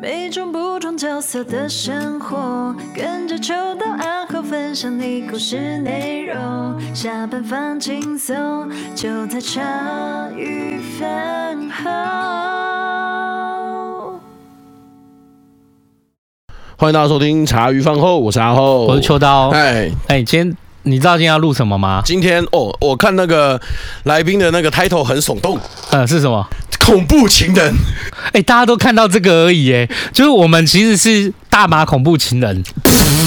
每种不同角色的生活，跟着秋到暗号分享你故事内容。下班放轻松，就在茶余饭后。欢迎大家收听茶余饭后，我是阿后，我是秋刀。哎、哎，今天你知道今天要录什么吗？今天哦，我看那个来宾的那个 title 很耸动，呃，是什么？恐怖情人。哎、大家都看到这个而已，哎，就是我们其实是大马恐怖情人，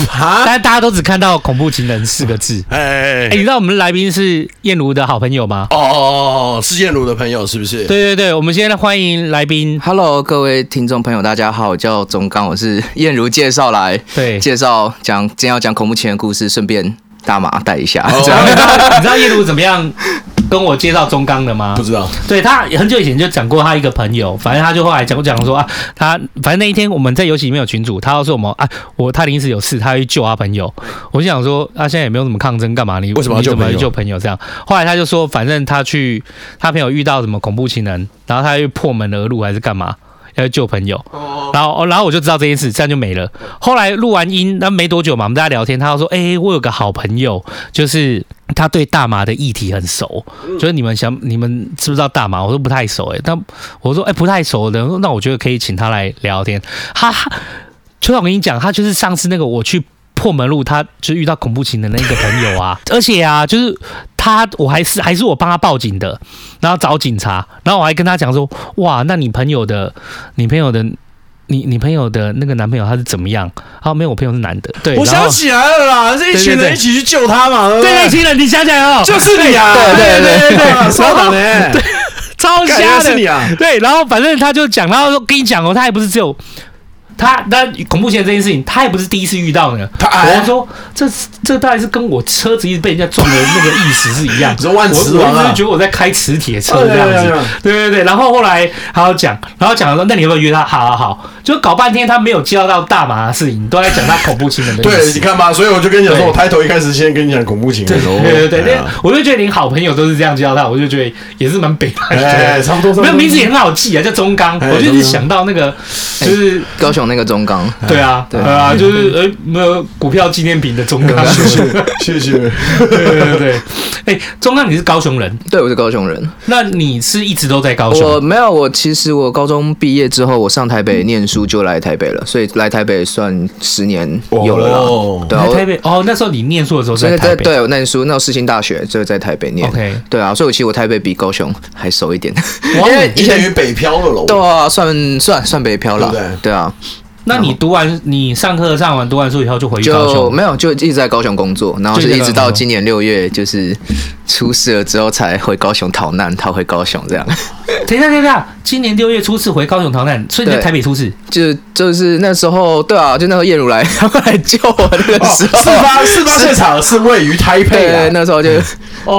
哈，但大家都只看到恐怖情人四个字。哎哎、你知道我们来宾是燕如的好朋友吗？哦哦哦，是燕如的朋友是不是？，对对对，我们现在欢迎来宾， Hello，各位听众朋友，大家好，我叫钟刚，我是 燕如介绍来对，介绍讲，今天要讲恐怖情人故事，顺便大麻带一下。哦这然样后你知道你知道燕如怎么样跟我介绍中钢的吗不？知道。对他很久以前就讲过他一个朋友，反正他就后来讲讲说啊，他反正那一天我们在游戏里面有群主，他要说我们啊，我他临时有事，他要去救他朋友。我就想说，啊，现在也没有什么抗争，干嘛你为什么要你救怎么朋友救朋友这样？后来他就说，反正他去他朋友遇到什么恐怖情人，然后他又破门而入还是干嘛？要去救朋友，然后、哦然后我就知道这件事，这样就没了。后来录完音，那没多久嘛，我们大家聊天，他就说：“哎、我有个好朋友，就是他对大麻的议题很熟，就是你们想你们知不知道大麻？”我说不太熟、哎，但我说：“哎、不太熟的，那我觉得可以请他来聊天。他”他邱我跟你讲，他就是上次那个我去。破门路，他就是遇到恐怖情人的那个朋友啊， 而且啊，就是他，我还是还是我帮他报警的，然后找警察，然后我还跟他讲说，哇，那你朋友的，你朋友的你你朋友的那个男朋友他是怎么样？啊，没有，我朋友是男的。对，我然后想起来了啦，是一群对对人对一起去救他嘛，对不对那对？群人，你想起来哦，就是你啊！对对对对对，稍等呢，超 干瞎原来是你的。啊！ 对，然后反正他就讲，他说跟你讲哦，他也不是只有他，那恐怖情人这件事情，他也不是第一次遇到呢。他哎我说这这大概是跟我车子一直被人家撞的那个意思是一样。 你说万磁我王我一啊哦直觉得我在开磁铁车这样对对对子对。对对对，然后后来他要讲，然后讲说，那你要不要约他？好好好，就搞半天他没有接到大麻的事情，都在讲他恐怖情人的意对，思你。看吧，所以我就跟你讲说，对我开头一开始先跟你讲恐怖情人哦，对对对，哎对呀，我就觉得连好朋友都是这样叫他，我就觉得也是蛮北派哎，的。差不多，差不多没有名字也很好记啊，叫中刚。哎我就是想到那个，就是高雄那个钟刚，对啊，对啊，就是呃，没有股票纪念品的中刚。谢谢，谢谢。对 对对，对哎，中刚你是高雄人，对，我是高雄人。那你是一直都在高我雄？没有，我其实我高中毕业之后，我上台北念书就来台北了，所以来台北算十年有了啦。哦对啊，你在台我北哦，那时候你念书的时候是所以在台在北。对我念书，那我世新大学就在台北念。 OK，哦对啊，所以我其实我台北比高雄还熟一点，哇因为你以等前于北漂了喽。对啊，算算算北漂了对不对，对啊，那你读完你上课上完读完书以后就回去高就雄？没有，就一直在高雄工作，然后就是一直在高雄一直到今年六月，就是出事了之后才回高雄逃难，逃回高雄这样。 哎等一下，等一下，今年六月初四回高雄逃难，所以你在对台北出事。就就是那时候，对啊，就那时候叶如来他们来救我那个哦时事候，发事发现场是位于台对，北啊，那时候就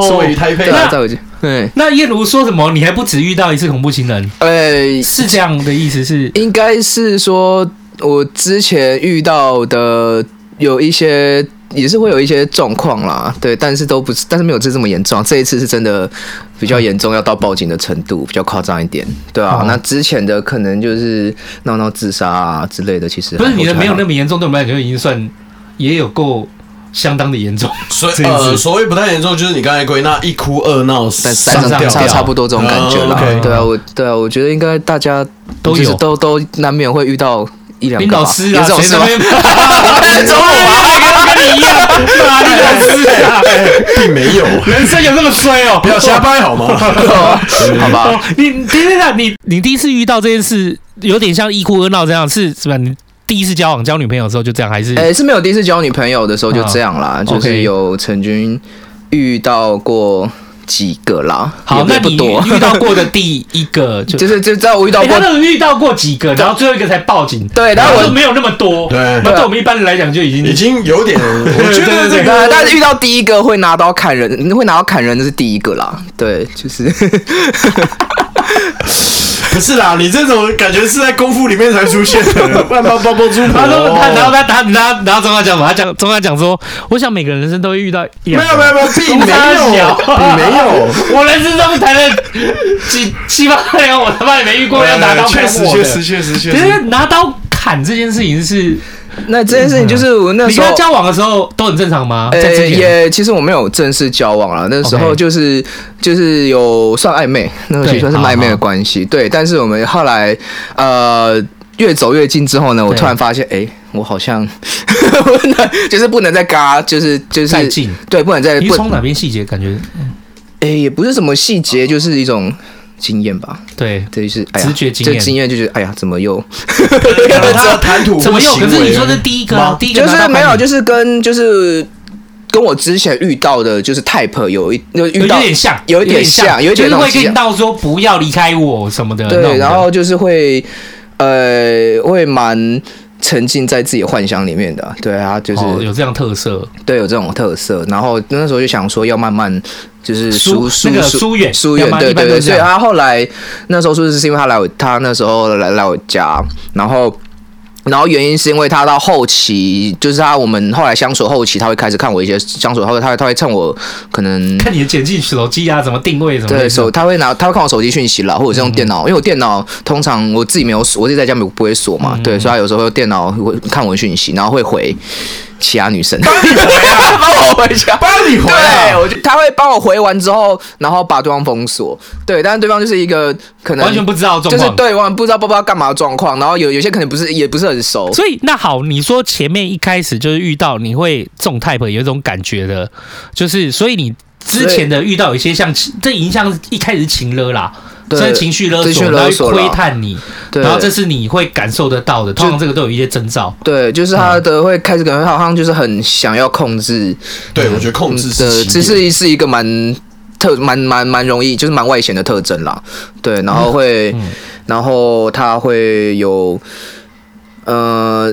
是位于台北对啊，啊。在我就对，那燕如说什么？你还不止遇到一次恐怖情人，呃，是这样的意思是？应该是说我之前遇到的有一些。也是会有一些状况啦，对，但是都不是，但是没有这这么严重。这一次是真的比较严重，要到报警的程度，比较夸张一点，对啊。哦那之前的可能就是闹闹自杀啊之类的，其实不是你的没有那么么严重，对我们来讲就已经算也有够相当的严重。所以这样子呃，所谓不太严重，就是你刚才归纳一哭二闹但三但上是吊差差不多这种感觉哦啦。，OK 对啊，我对啊，我觉得应该大家都就是有都都难免会遇到一两个林吧老师有啊，这种谁这事吗？边 走我跟你一样，哪里老师啊？并没有，人生有这么衰哦？不要瞎掰好吗？好哦吧，，你你等一下，你你第一次遇到这件事，有点像一哭二闹这样，是是吧？你第一次交往交女朋友的时候就这样，还是啊诶、呃是没有第一次交女朋友的时候就这样啦，就 OK 是有曾经遇到过几个啦，好？也那不你多，遇到过的第一个就 就是就在我遇到欸、 过，他都有遇到过几个，然后最后一个才报警，对然后我就没有那么多，对那对我们一般人来讲就已经已经有点，我觉得这对个呃，但是遇到第一个会拿刀砍人，会拿刀砍人的是第一个啦，对，就是。 不是啦，你这种感觉是在功夫里面才出现的，慢慢包包猪他婆说他，然后他他然后然后中央讲嘛，他讲中央讲说，我想每个人生都会遇到一没两有个没有没有，并没有，并没有。我人生中谈了几七八个人，我他妈也没遇过要拿刀砍确我实确实的确实确可实是拿刀砍这件事情是，那这件事情就是我那你时跟候他交往的时候都很正常吗？啊在之前呃也其实我没有正式交往了，那时候 OK 就是就是有算暧昧，那个对也算是好暧昧好的关系。对，但是我们后来呃越走越近之后呢，我对突然发现，哎、我好像 不能就是不能再嘎，就是就是再近，对，不能再你不从哪边细节感觉？哎、也不是什么细节，就是一种经验吧。对，这就是哎呀，直觉经验就经验就是哎呀，怎么又他的谈吐怎么有？可是你说的这第一个吗啊，第一个就拿是到没有，排名就是跟就是跟我之前遇到的，就是 type 有一有遇有到点像，有一点像，像，有一点就是那种会跟像你到说不要离开我什么的那种对，的。然后就是会呃会蛮沉浸在自己的幻想里面的，对啊，就是、哦有这样特色，对有这种特色，然后那时候就想说要慢慢。就是疏疏疏那个疏疏远疏要远，慢对一般对都对，是所这以样他后来那时候疏远是因为他来我他那时候来来我家，然后然后原因是因为他到后期，就是他我们后来相处后期，他会开始看我一些相处后，他会他会趁我可能看你的简讯、手机啊，怎么定位什么的。对手，他会拿，他会看我手机讯息啦，或者是用电脑，因为我电脑通常我自己没有锁，我自己在家没有不会锁嘛，对，所以他有时候会用电脑会看我的讯息，然后会回其他女生，帮我回家，帮你回啊对，我就他会帮我回完之后，然后把对方封锁，对，但是对方就是一个可能完全不知道状就况。是对完不知道不知道干嘛的状况，然后有有些可能不是也不是很熟，所以那好，你说前面一开始就是遇到你会中 type 有一种感觉的，就是所以你之前的遇到有一些像这影响一开始情勒啦，对真的情绪勒情绪索，勒然索后啦窥探你，对然后这是你会感受得到的，通常这个都有一些征兆。对，就是他的会开始感觉好像就是很想要控制。对，嗯我觉得控制是的，起点这是是一个蛮特蛮蛮蛮容易，就是蛮外显的特征啦。对，然后会，嗯然后他会有，呃。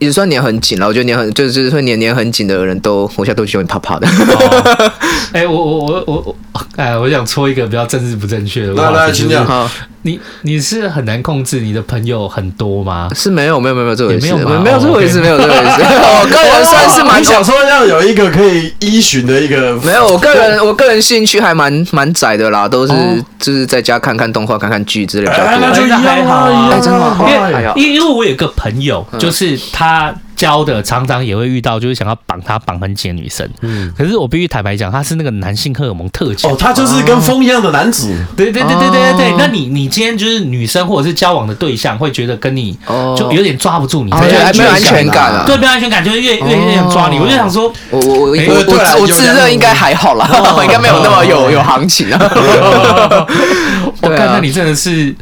也算粘很紧了，我觉得粘很就是就是会黏黏很紧的人都，我现在都喜欢怕怕的。哦哎、我我我我我，哎，我想戳一个比较政治不正确的来话题。来就是请讲 好，你你是很难控制你的朋友很多吗？是没有没有没有没有这回也事，没有嘛没有这回事，哦，OK 没有 这回事。我个人算是蛮哦你想说要有一个可以依循的一个，没有，我 个人我个人兴趣还蛮蛮窄的啦，都是哦就是在家看看动画、看看剧之类比较哎，那多。就一样哎那还好啊啊，一哎，样真的吗？啊哦哎嗯哎呀，因因为我有个朋友，就是他教的，常常也会遇到，就是想要绑他绑很紧的女生。嗯，可是我必须坦白讲，他是那个男性荷尔蒙特强哦哦，。他就是跟风一样的男子，嗯对对对对对对对。那你你今天就是女生或者是交往的对象，会觉得跟你哦就有点抓不住你，哦会觉对得还没有安全感啊啊。对没有安全感，就会越越越想抓你。我就想说，我我我我哎我对啦我我有自两认种应该还好啦，哦我 应该没有那么有有行情啊。 我对啊看到你真的是，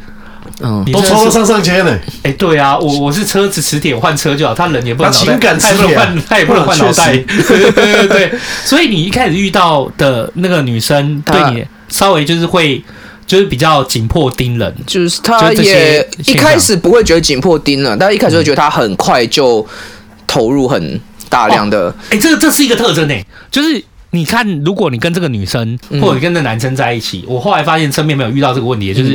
嗯你都真的抽到是上上签呢，哎，对啊，我我是车子磁铁，我换车就好，他人也不能他脑袋，情感他也不磁能铁啊换，他也不能换确脑袋，实对对 对对对。所以你一开始遇到的那个女生，她对你稍微就是会，就是比较紧迫盯人，就是他就这些也一现开象嗯始不会觉得紧迫盯了，但一开始会觉得他很快就投入很大量的，哎，这个这是一个特征哎，嗯就是。你看，如果你跟这个女生，或者你跟这男生在一起，我后来发现身边没有遇到这个问题，就是，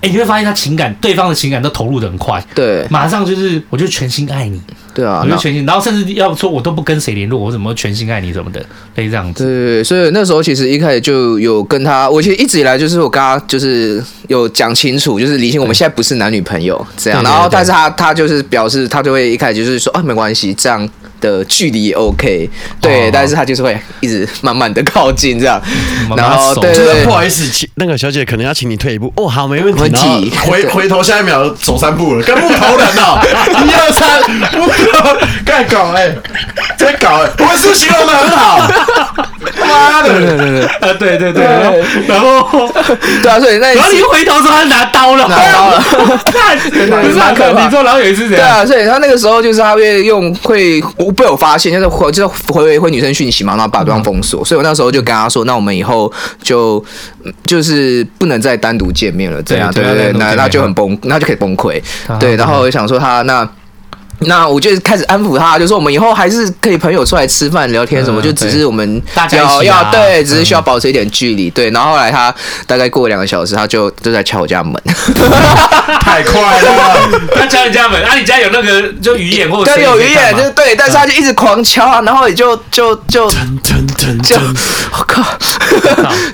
哎、你会发现他情感，对方的情感都投入的很快，对马上就是，我就全心爱你，对啊我，就那全心，然后甚至要说我都不跟谁联络，我怎么全心爱你什么的，类似这样子。对，所以那时候其实一开始就有跟他，我其实一直以来就是我跟他就是有讲清楚，就是理性我们现在不是男女朋友这样，对对然后对但是他他就是表示他就会一开始就是说啊没关系，这样的距离也 OK，对，哦但是他就是会一直慢慢的靠近这样，慢慢然后熟对就对是对不好意思，请那个小姐可能要请你退一步，哦，好，没问题，问然后题回回头下一秒走三步了，跟木头人哦， 一二三，木头干搞哎，在搞哎，我是形容的很好，妈的，对对啊，对对对，然后然后对啊，所以那一然后你次一回头之后，他拿刀了，拿刀了，看，不是啊蛮可怕你说，然后有一次怎对样？啊，所以他那个时候就是他会用会我被我发现，就是回就是回回回女生讯息嘛，然后把对方封嗯锁，所以我那时候就跟他说，那我们以后就嗯就是不能再单独见面了，这样对对不要单独见那面那就很崩，那就可以崩溃啊，对，然后我就想说他那。那我就开始安抚他，就说我们以后还是可以朋友出来吃饭聊天什么，嗯就只是我们大家一要起啊要对，只是嗯需要保持一点距离，对。然后后来他大概过两个小时，他就就在敲我家门，太快了， 他敲你家门，啊，你家有那个就鱼眼或者对，谁有鱼眼你在干嘛就嗯是对，但是他就一直狂敲啊，然后也就就就真 真 就，真，我靠，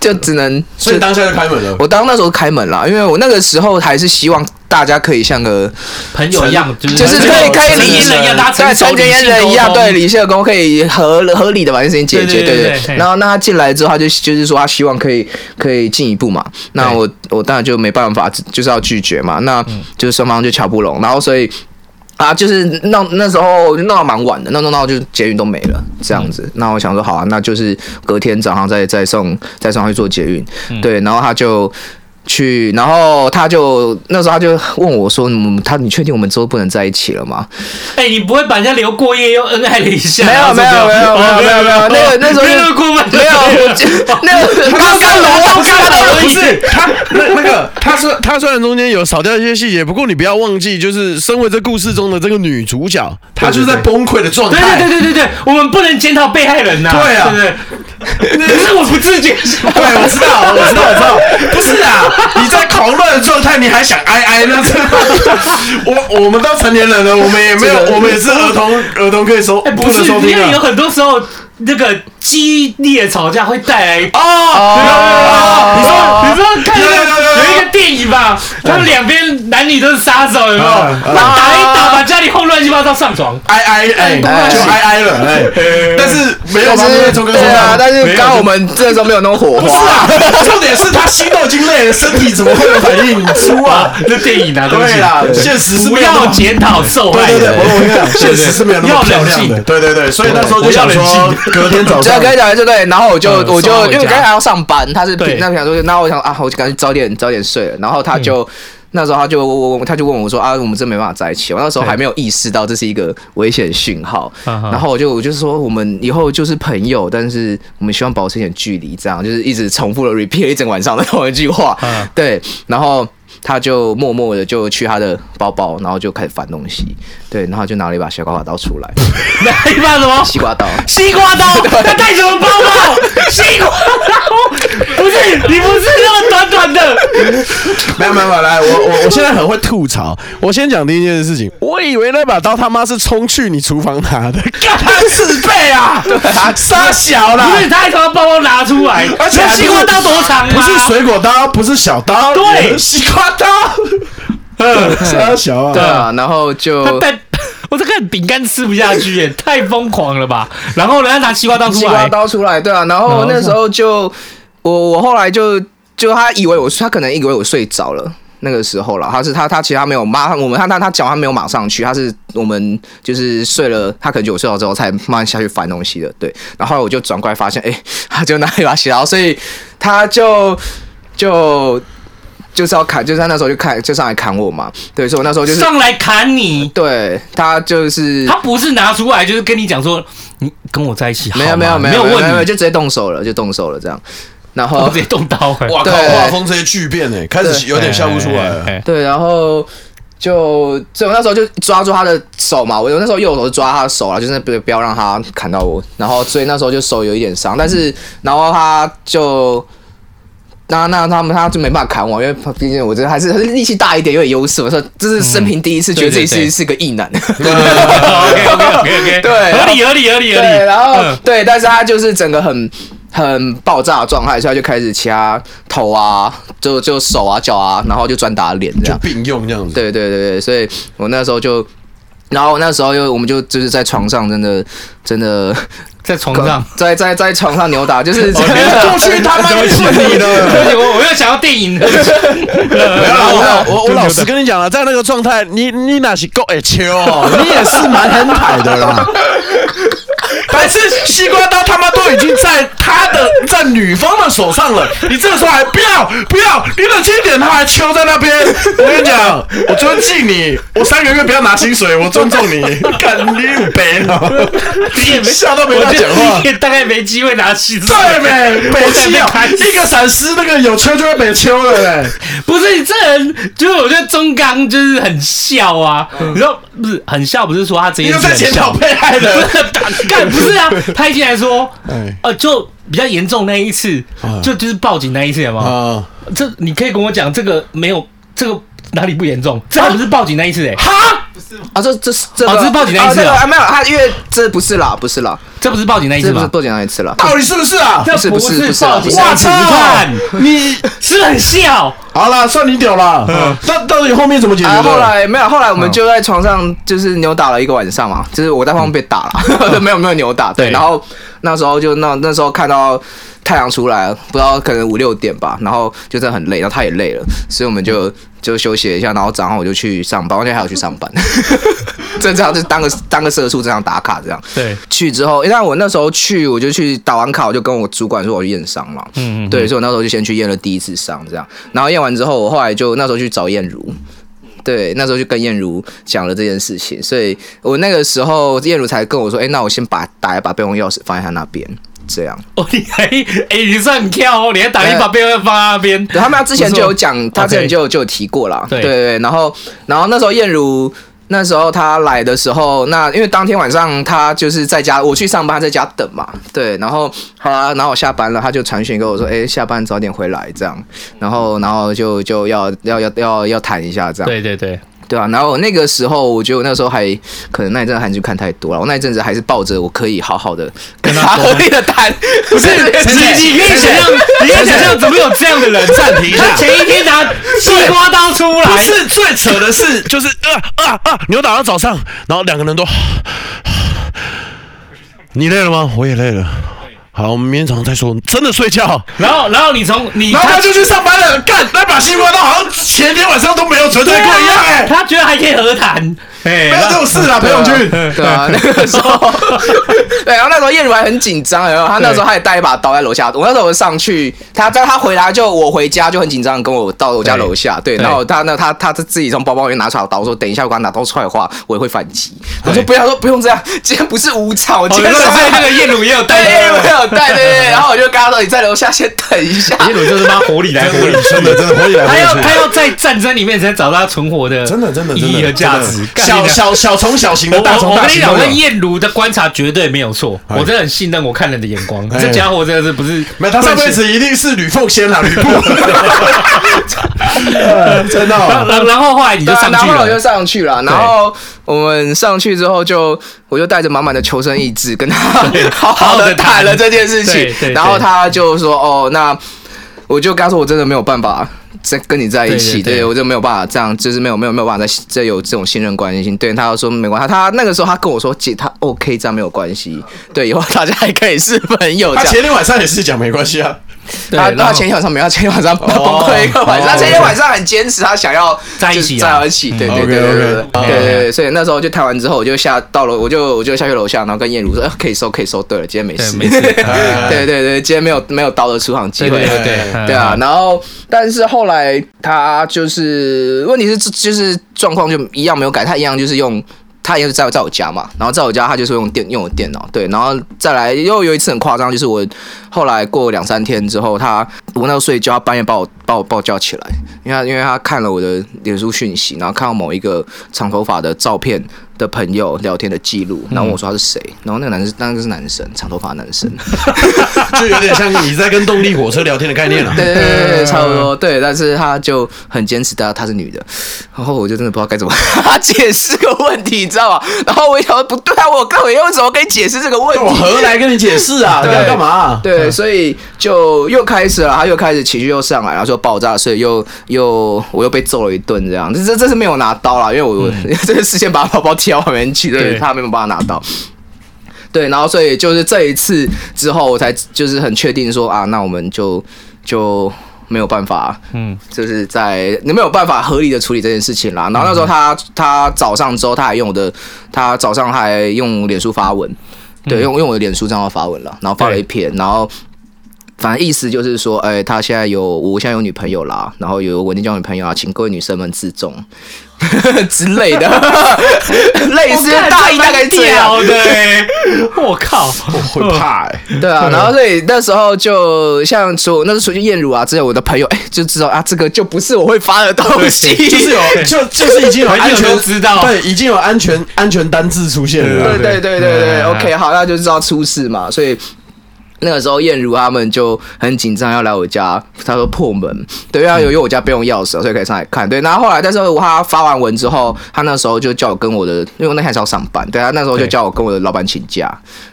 就只能所以就当下就开门了。我当那时候开门了，因为我那个时候还是希望大家可以像个朋友一样，就是就是嗯很可以可成以理人一样，大家成对，熟参理间性人一样，沟通对，理性的沟通可以合合理的把这事情解决，对对对对对对然后那他进来之后，他就就是说他希望可以可以进一步嘛，那我我当然就没办法，就是要拒绝嘛，那就是双方就瞧不拢，然后所以。啊，就是闹那时候闹到蛮晚的，闹闹闹就捷运都没了这样子。那我想说，好啊，那就是隔天早上再再送再送他去做捷运，对。然后他就去，然后他就那时候他就问我说：“嗯他你确定我们之后不能在一起了吗？”哎、你不会把人家留过夜又恩爱了一下？没有然后就没有这样没有哦没有没有没有那个那时候没有那么过分，没有，我就那个刚刚楼上看到不是他那那 个，他说他虽然中间有少掉一些细节，不过你不要忘记，就是身为这故事中的这个女主角，她就是在崩溃的状对态。对对对对对，我们不能检讨被害人呐、对啊对不对？可是我不自觉，对，我知道，我知道，我知道，不是啊！你在狂乱的状态，你还想哀哀，那是 我我们都成年人了，我们也没有 这，个我们也是儿童，儿童可以收，哎，不不能是，收因听为有啊。很多时候那个激烈的吵架会带来。哦，你说你知道看有那有有有个有有一个电影吧，他们两边男女都是杀手，有没有？啊啊那打一打，把家里混乱七八糟上床。哀哀哎，就哀哀了哎，但是没有但吗？是周哥对说的，啊但是刚刚我们这时候没有那种火不是花，啊， 重点是他心都已经累了，身体怎么会有反应出啊？那电影啊，对不起对啦，现实是不没有那要么检讨受 害对对对，人。我我跟你讲，现实是没有那么漂要亮冷的，静对对对，所以那时候就想我要说冷，隔天 早哦这上个。可以讲对对，然后我就嗯我送就到我因为家刚才还要上班，他是对那我想说，那我想啊，我就赶紧早点早点睡了，然后他就。那时候他就我我他就问我说啊，我们真没办法在一起。我那时候还没有意识到这是一个危险讯号，啊哈然后我就我就说我们以后就是朋友，但是我们希望保持一点距离，这样就是一直重复了 repeat 了一整晚上的同一句话。嗯对，然后他就默默的就去他的包包，然后就开始翻东西，对，然后就拿了一把西瓜刀出 来， 哎那一般什么？西瓜刀，西瓜刀，那带什么包 包？西瓜刀，不是你不是那么短短的，没有没有没有，来，我我我现在很会吐槽。我先讲第一件事情，我以为那把刀他妈是冲去你厨房拿的， 干他自备啊，杀小啦不，是他还从他包包拿出来，而且那还不是西瓜刀多长啊？不是水果刀，不是小刀，对西瓜 刀，嗯，杀小啊，对啊，然后就他带， 我这个饼干吃不下去耶，太疯狂了吧？然后呢，他拿西瓜刀出西瓜来，刀出来，对啊，然然后后那是时候就我我后来就就他以为我他可能以为我睡着了。那个时候了，他是他他其实他没有马，我们他他他讲他没有马上去，他是我们就是睡了，他可能有睡着之后才慢慢下去翻东西的，对。然后后来我就转过来发现，哎、他就拿了一把西刀，所以他就就就是要砍，就是他那时候就砍就上来砍我嘛，对，所以我那时候就是上来砍你。对他就是他不是拿出来，就是跟你讲说，你跟我在一起好吗啊没有没有没有没问有你，就直接动手了，就动手了这样，然后我直接动 刀哎。哇靠，对画风这些巨变呢，开始有点笑不出来了哎。哎哎对，然后就所以我那时候就抓住他的手嘛，我我那时候右手就抓他的手了，啊就是不不要让他砍到我，然后所以那时候就手有一点伤，但是然后他就。那那他们他就没办法砍我，因为毕竟我这还是还是力气大一点，有点优势嘛。我说这是生平第一次觉得自嗯对己对对是是个异 男，哎 OK OK OK OK，对哦合理合理合理合对，理。然后、嗯对，但是他就是整个很很爆炸的状态，所以他就开始掐头啊，就就手啊脚啊，然后就专打脸这就样。并用这样子，对对对对，所以我那时候就。然后那时候又，我们就就是在床上，真的，真的，在床上。在在在床上扭打，就是真的 过去他妈的对不起，是你的。 对不起，我我又想要电影，对不起没有然后啦，我我我对老对实对跟你讲了，在那个状态，你你那是够会秋 哦，你也是蛮很歹的啦。白痴，西瓜刀他妈都已经在他的在女方的手上了，你这个时候还不要不要，你冷静一点，他还秋在那边。我跟你讲，我尊敬你，我三个月不要拿薪水，我尊重你。干你有杯了，你 也没笑到没我法觉讲得话你。也大概没机会拿起。对呗，北我感七觉啊开，一个闪失，那个有秋就会北秋了嘞。不是你这人，就是我觉得中刚就是很笑啊，你知道不是很笑，不是说他直你接又在检讨被害人不是打干不是啊，他竟然说哎，呃，就比较严重那一次，就就是报警那一次，有没有？啊。这你可以跟我讲，这个没有，这个哪里不严重？这还不是报警那一次哎，哈， 啊，这这是这个哦这是报警那一次啊这个啊啊没有，他因为这不是啦，不是啦，这不是报警那一次这不是吧？不简单一次了。到底是不是啊？这不是不是报警那一次，我操你看你是不是很笑？好啦，算你屌啦。那到底后面怎么解决的？啊，后来没有，后来我们就在床上就是扭打了一个晚上嗯嘛，就是我在旁边被 打了，对没有没有扭打，对。对然后那时候就那那时候看到太阳出来，不知道可能五六点吧，然后就真的很累，然后他也累了，所以我们就就休息了一下，然后早上我就去上班，而 且还有去上班，正常就是当个当个社畜这样打卡这样。对，去之后，因为我那时候去，我就去打完卡，我就跟我主管说我去验伤嘛。嗯嗯对，所以我那时候就先去验了第一次伤，这样。然后验完之后，我后来就那时候去找燕如，对，那时候就跟燕如讲了这件事情，所以我那个时候燕如才跟我说，哎、那我先把打一把备用钥匙放在他那边，这样。哦，你还哎，你算很跳哦，你还打了一把备用放在那边。对，他们之前就有讲，他之前 OK 就有就有提过啦。对对对，然后然后那时候燕如。那时候他来的时候，那因为当天晚上他就是在家，我去上班，他在家等嘛，对，然后好啦，然后我下班了，他就传讯跟我说，哎、下班早点回来这样，然后然后就就要要要要要谈一下这样，对对对，对啊，然后那个时候我觉得我那时候还可能那一阵子韩剧看太多了，我那一阵子还是抱着我可以好好的跟他合理的谈，不 是你你可以想象，你可以想象怎么有这样的人？暂停一下他。前一天拿西瓜刀出来， 不是最扯的是，就是啊啊啊！扭打到早上，然后两个人都，你累了吗？我也累了。好，我们明天早上再说。真的睡觉，然后然后你从你然后他就去上班了。干，那把西瓜刀好像前天晚上都没有存在过一样哎、他觉得还可以和谈，没哎有这种事啦，裴永俊。对啊，那个时 候，对，然后那时候燕如还很紧张，然后他那时候他也带一把刀在楼下。我那时候上去，他在他回来就我回家就很紧张，跟我到我家楼下，对，对然后他那他他自己从包包里面拿出来刀，说等一下我给他拿刀出来的话，我也会反击。我说不要，他说不用这样，今天不是无场，我今天哦是所以那个燕如也有带对，刀燕如也有带，对对对。然后我就跟他说你在楼下先等一下，耶鲁就是妈火里哎来火里去真的真的可以来他要回去他要在战争里面才找到他存活的真的真的意真义的和价值。干小你娘小小虫小型的，我大我虫我大跟你型的讲，。那燕如的观察绝对没有错，我真的很信任我看人的眼光。哎这家伙真的是不是没有，他上辈子一定是吕凤先啦，吕布。呃真的然哦、后然后后来你就对啊，上然去后我就了，上去了，然后我们上去之后就，我就带着满满的求生意志 跟他好好的谈了这件事对情对，然后对他就说：“哦，那我就跟他说，我真的没有办法再跟你在一起，对对对对我真的没有办法这样，就是没有没有没有办法再再有这种信任关系。”对，他要说没关系，他那个时候他跟我说：“姐，他 OK，这样没有关系，对，以后大家还可以是朋友。”他这样。前天晚上也是讲没关系啊，对他然后他前一天晚上没有，他前一天晚上崩溃一个晚上，他前一天晚上很坚持，他想要在一起就是啊在一起，对对 OK，OK，对对对对 OK 对对对，所以那时候就谈完之后，我就下到了，我就我就下去楼下，然后跟燕如说，呃可以收可以收，对了，今天没事，对没事 对对哎对，今天没有没有刀的出场机对对对会，对对啊，，然后但是后来他就是问题是这就是状况就一样没有改，他一样就是用。他也是在在我家嘛，然后在我家他就是用电用我电脑，对，然后再来又有一次很夸张，就是我后来过两三天之后，他我那时候睡觉，他半夜把我把我把我叫起来，因为他因为他看了我的脸书讯息，然后看到某一个长头发的照片的朋友聊天的记录，然后问我说他是谁，然后那个男生那个是男生，长头发的男生，就有点像你在跟动力火车聊天的概念啊了、对对对对对，差不多。对，但是他就很坚持，她她是女的，然后我就真的不知道该怎么 解释这个问题，你知道吗？然后我一想说不对啊，我到底用什么跟你解释这个问 我题？何来跟你解释啊？你对要干嘛、对，所以就又开始了，他又开始情绪又上来，然后说爆炸，所以又又我又被揍了一顿，这样。这这这是没有拿刀啦，因为我、 这个事先把包包踢到旁边去，对，对他没有办法拿刀。对，然后所以就是这一次之后，我才就是很确定说啊，那我们就就没有办法，嗯嗯，就是在你没有办法合理的处理这件事情啦。然后那时候他、他早上之后，他还用我的，他早上还用脸书发文，对，用用我的脸书账号发文了，然后发了一篇，然后。反正意思就是说，哎、他现在有，我现在有女朋友啦，然后有稳定交女朋友啊，请各位女生们自重 之类的， 类似大意大概这样。哦屌的欸，我靠，我会怕哎、对啊，然后所以那时候就像说，那时候出去燕如啊，之前我的朋友哎、就知道啊，这个就不是我会发的东西，就是有就就是已经有朋友安全都知道对，已经有安全安全单字出现了。对对对对对嗯，OK，好，那就知道出事嘛，所以。那个时候，燕如他们就很紧张，要来我家，他说破门，对，因为由于我家备用钥匙，啊所以可以上来看。对，然后后来，但是他发完文之后，他那时候就叫我跟我的，因为我那天还是要上班，对他那时候就对叫我跟我的老板请假，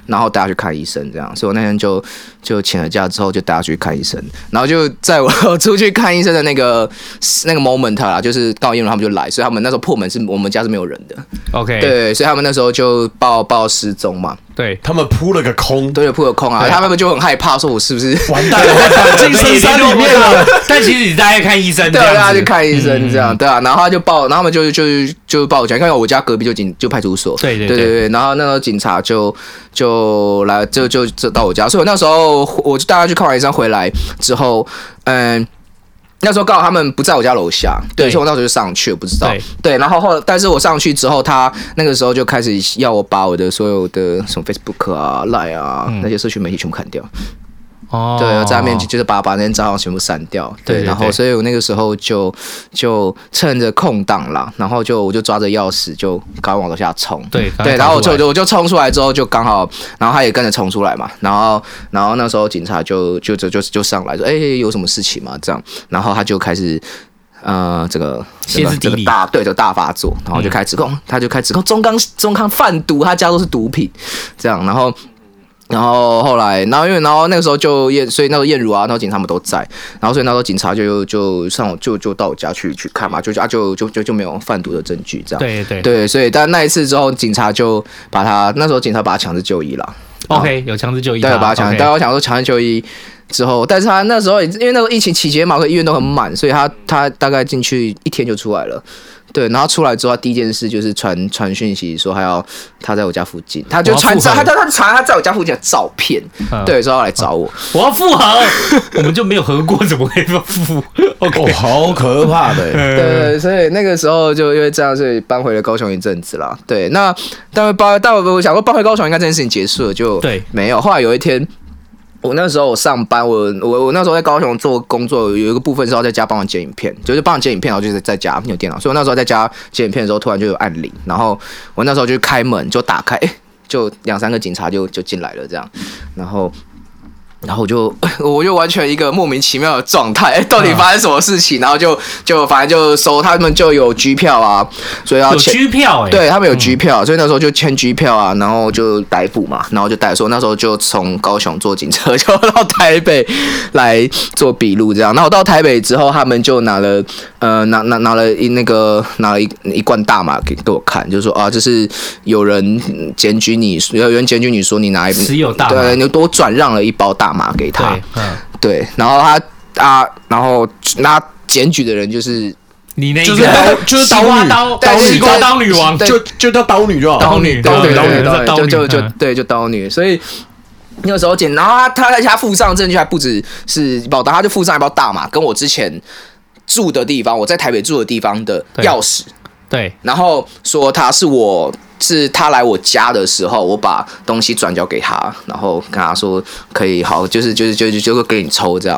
然后带他去看医生，这样，所以我那天就就请了假之后就带他去看医生，然后就在我出去看医生的那个那个 moment 啦，就是到燕如他们就来，所以他们那时候破门是我们家是没有人的， OK，对，所以他们那时候就报报失踪嘛，对，他们扑了个空，对，扑了空啊，他们就很害怕，说我是不是？完蛋了，我绑进深山里面了。了。但其实你大概看医生，对啊，这对样啊，子去看医生这样，对啊，然后他就报，然后他们就就就报警，因为我家隔壁就警就派出所，对对对对对对，然后那时候警察就就来就就就到我家，所以我那时候我就带他去看完医生回来之后，嗯。那时候刚好他们不在我家楼下，对，对所以我那时候就上去，我不知道对，对，然后后，但是我上去之后，他那个时候就开始要我把我的所有的什么 Facebook 啊、Line 啊、那些社群媒体全部砍掉，哦，对，在他面前就是把把那些账号全部删掉，对对，对然对后所以我那个时候就就趁着空档啦，然后就我就抓着钥匙就赶快往楼下冲，对赶快对，然后我冲出就来我就我就冲出来之后就刚好，然后他也跟着冲出来嘛，然后然后那时候警察就就就就就上来说，哎、有什么事情吗？这样，然后他就开始。呃，这个这歇个斯底这里嗯个大对这个大发作，然后就开始指控，他就开始指控中康中康贩毒，他家都是毒品，这样，然后然后后来，然后因为然后那个时候就燕，所以那时候燕如啊，然后警察们都在，然后所以那时候警察就就上我就就到我家去去看嘛，就就啊就就就就没有贩毒的证据这样。哦对对对，所以但那一次之后，警察就把他那时候警察把他强制就医了。 ，OK，有强制就医对，他，把他强， OK 但我想说强制就医之后，但是他那时候也因为那个疫情期间嘛，所以医院都很满，所以他他大概进去一天就出来了。对，然后出来之后，他第一件事就是传传讯息说他要他在我家附近，他就我要传复合照他他他传他在我家附近的照片，嗯对，说要来找我。我要复合，我们就没有合过，怎么会复 哦， ？OK，好可怕的！欸对，所以那个时候就因为这样，所以搬回了高雄一阵子啦。对，那但搬但我想说搬回高雄，应该这件事情结束了，就对没有。后来有一天。我那时候我上班，我我我那时候在高雄做工作，有一个部分是要在家帮忙剪影片，就是帮忙剪影片，然后就是在家没有电脑，所以我那时候在家剪影片的时候，突然就有按铃，然后我那时候就开门就打开，诶就两三个警察就就进来了这样，然后然后我就 我就完全一个莫名其妙的状态，哎、到底发生什么事情？然后就就反正就收他们就有机票啊，所以要有签。居票 哎，对他们有机票，所以那时候就签机票啊，然后就逮捕嘛，然后就逮说那时候就从高雄坐警车就到台北来做笔录这样。然后到台北之后，他们就拿了呃拿拿拿了一那个拿了一一罐大麻给给我看，就说啊，这是有人嗯检举你，有人检举你说你拿一持有大麻对，你多转让了一包大麻给他对，，嗯，对，然后他啊，然后那检举的人就是你那一就是个刀就是刀西瓜女刀，对西瓜对刀女王，对就就叫刀女就好。哦刀女对对刀女对叫对，刀就女就就嗯对就刀女，所以。那个时候捡，然后他他在他附上证据还不止是一包大，他就附上一包大麻，跟我之前住的地方，我在台北住的地方的对钥匙，对然后说他是我是他来我家的时候，我把东西转交给他，然后跟他说可以好，就是就是就是就是给你抽这样，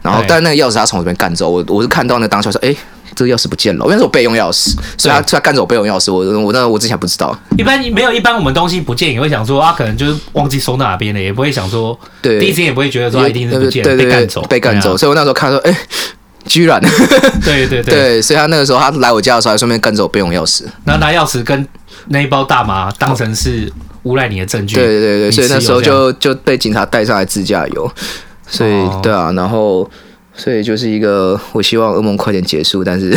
然后对但那个钥匙他从我这边干走，我我是看到那当下说，哎，这个钥匙不见了，因为是我备用钥匙，所以他对他干走我备用钥匙，我我那我之前不知道，一般没有，一般我们东西不见也会想说啊，可能就是忘记收哪边了，也不会想说，对第一时间也不会觉得说啊一定是不见对了被对对干走，被干走，所以我那时候看说，哎，居然啊对啊，对对对， 对，所以他那个时候他来我家的时候，还顺便干走我备用钥匙，然后拿钥匙跟那一包大麻当成是诬赖你的证据，对对对，你所以那持时有候这样就就被警察带上来自驾游，所以、哦对啊，然后所以就是一个我希望噩梦快点结束，但是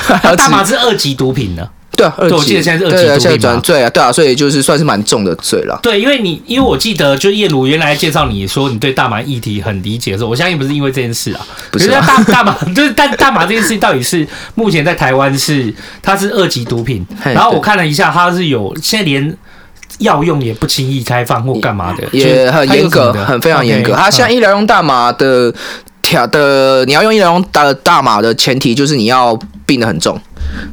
还要大麻持是二级毒品呢。对啊，二对我级记得现在是二级对啊，毒现在品嘛转罪啊，对啊，所以就是算是蛮重的罪了。对，因为你因为我记得，就燕如原来介绍你说你对大麻议题很理解的时候，我相信不是因为这件事啊，不是可啊大大麻 就是但大麻这件事情到底是目前在台湾是它是二级毒品，嘿然后我对看了一下，它是有现在连药用也不轻易开放或干嘛的，就是也很它有严格，什么的很非常严格。 OK，它现在嗯医疗用大麻的条的，你要用医疗用大大麻的前提就是你要病得很重，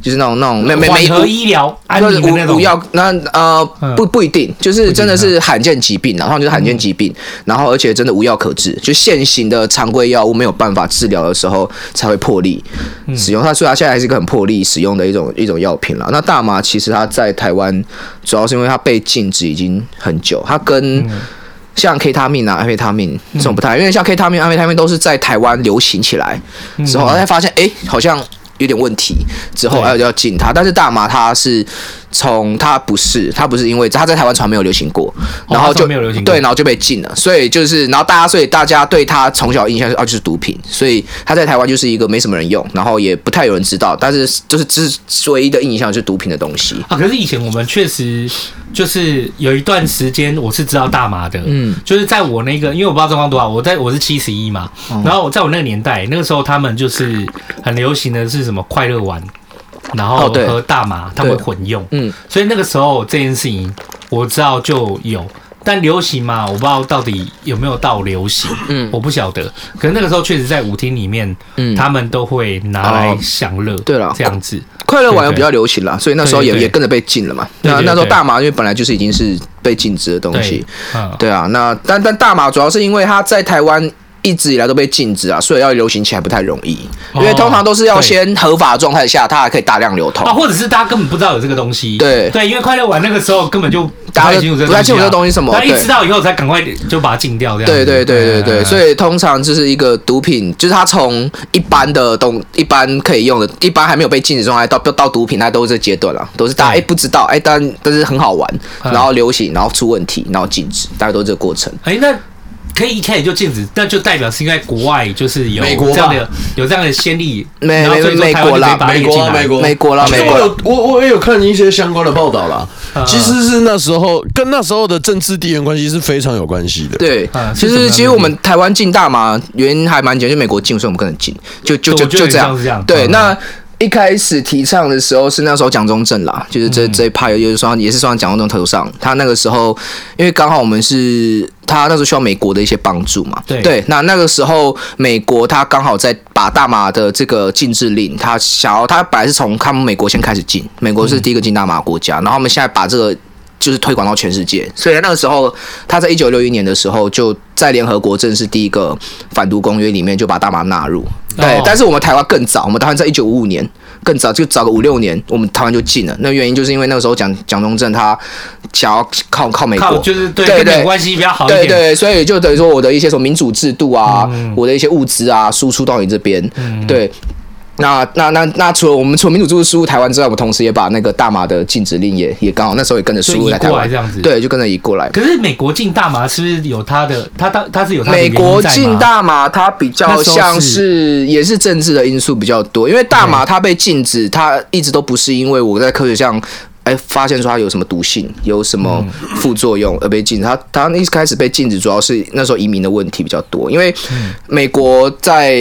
就是那种那种没没没嗯缓和医疗安就是宁的那无种无，药，那呃嗯不不一定，就是真的不一嗯是罕见疾病，然后就是罕见疾病，然后而且真的无药可治，就现行的常规药物没有办法治疗的时候才会破例使嗯用它，所以它现在还是一个很破例使用的一种一种药品了。那大嗯麻其实它在台湾主要是因为它被禁止已经很久，它跟像 K 他命啊、安非他命这种不太，因为像 K 他命、安非他命都是在台湾流行起来嗯之后，才发现哎、诶好像有点问题，之后对要要禁它。但是大麻它是从它不是，它不是因为它在台湾从来没有流行过，哦它然后从就来没有流行过对，然后就被禁了。所以就是，然后大家所以大家对它从小印象是哦就是毒品，所以它在台湾就是一个没什么人用，然后也不太有人知道，但是就是只唯一的印象就是毒品的东西。啊，可是以前我们确实就是有一段时间我是知道大麻的，嗯，就是在我那个，因为我不知道状况多少，我在我是七十一嘛，哦然后我在我那个年代，那个时候他们就是很流行的是什么快乐丸，然后哦对和大麻他们对会混用，嗯，所以那个时候这件事情我知道就有，但流行嘛，我不知道到底有没有到流行，嗯，我不晓得。可是那个时候确实在舞厅里面，嗯他们都会拿来哦享乐，对了这样子，快乐晚对又对比较流行啦，所以那时候也对对对也跟着被禁了嘛。对对那对那时候大麻因为本来就是已经是被禁止的东对西，，嗯，对啊。那但但大麻主要是因为它在台湾一直以来都被禁止啊，所以要流行起来不太容易，哦因为通常都是要对先合法的状态下，它还可以大量流通啊，。或者是大家根本不知道有这个东西，对对，因为快乐玩那个时候根本就大家不太清楚这个不太清啊楚这个东西是什么大家一对知道以后才赶快就把它禁掉，这样子，哎对对对对对，所以以通常就是一个毒品，就是它从一般的东，一般可以用的，一般还没有被禁止状态到到毒品，它都是这阶段了，都是大家对哎、不知道哎、但但是很好玩，嗯然后流行，然后出问题，然后禁止，大概都是这个过程。哎，那可以一开始就禁止，那就代表是因为国外就是有美国吧这样的有这样的先例，美然后所以说美台湾就美国啦可以把它美列国进啊，来美国，美国啦其实美国我啦有我我也有看一些相关的报道啦啊，其实是那时候跟那时候的政治地缘关系是非常有关系的。对啊，其是怎么实样其实我们台湾进大麻原因还蛮简单，就美国进，所以我们跟着进，就就对就就我觉得这像样是这样。对，嗯那。一开始提倡的时候是那时候蒋中正啦，就是嗯这这一派，也就是说也是算蒋中正头上。他那个时候，因为刚好我们是他那时候需要美国的一些帮助嘛，对那那个时候美国他刚好在把大麻的这个禁制令，他想要他本来是从他们美国先开始禁，美国嗯是第一个禁大麻的国家，然后我们现在把这个就是推广到全世界。所以那个时候，他在一九六一年的时候，就在联合国正式第一个反毒公约里面就把大麻纳入。哦对，但是我们台湾更早，我们台湾在一九五五年更早，就早个五六年，我们台湾就进了。那原因就是因为那个时候蒋蒋中正他想要靠靠美靠国，就是对对跟美对国关系比较好一点，对嗯对，所以就等于说我的一些什么民主制度啊，我的一些物资啊，输出到你这边，对。那那那那除了我们除了民主制度输入台湾之外，我们同时也把那个大麻的禁止令也也刚好那时候也跟着输就入移在台过来湾这，样子，。对，就跟着移过来。可是美国禁大麻是不是有它的，它当它是有它的美原因国在吗禁大麻，它比较像那时候是也是政治的因素比较多，因为大麻它被禁止，它一直都不是因为我在科学上。哎，发现说它有什么毒性，有什么嗯副作用而被禁止。它它一开始被禁止，主要是那时候移民的问题比较多，因为嗯美国在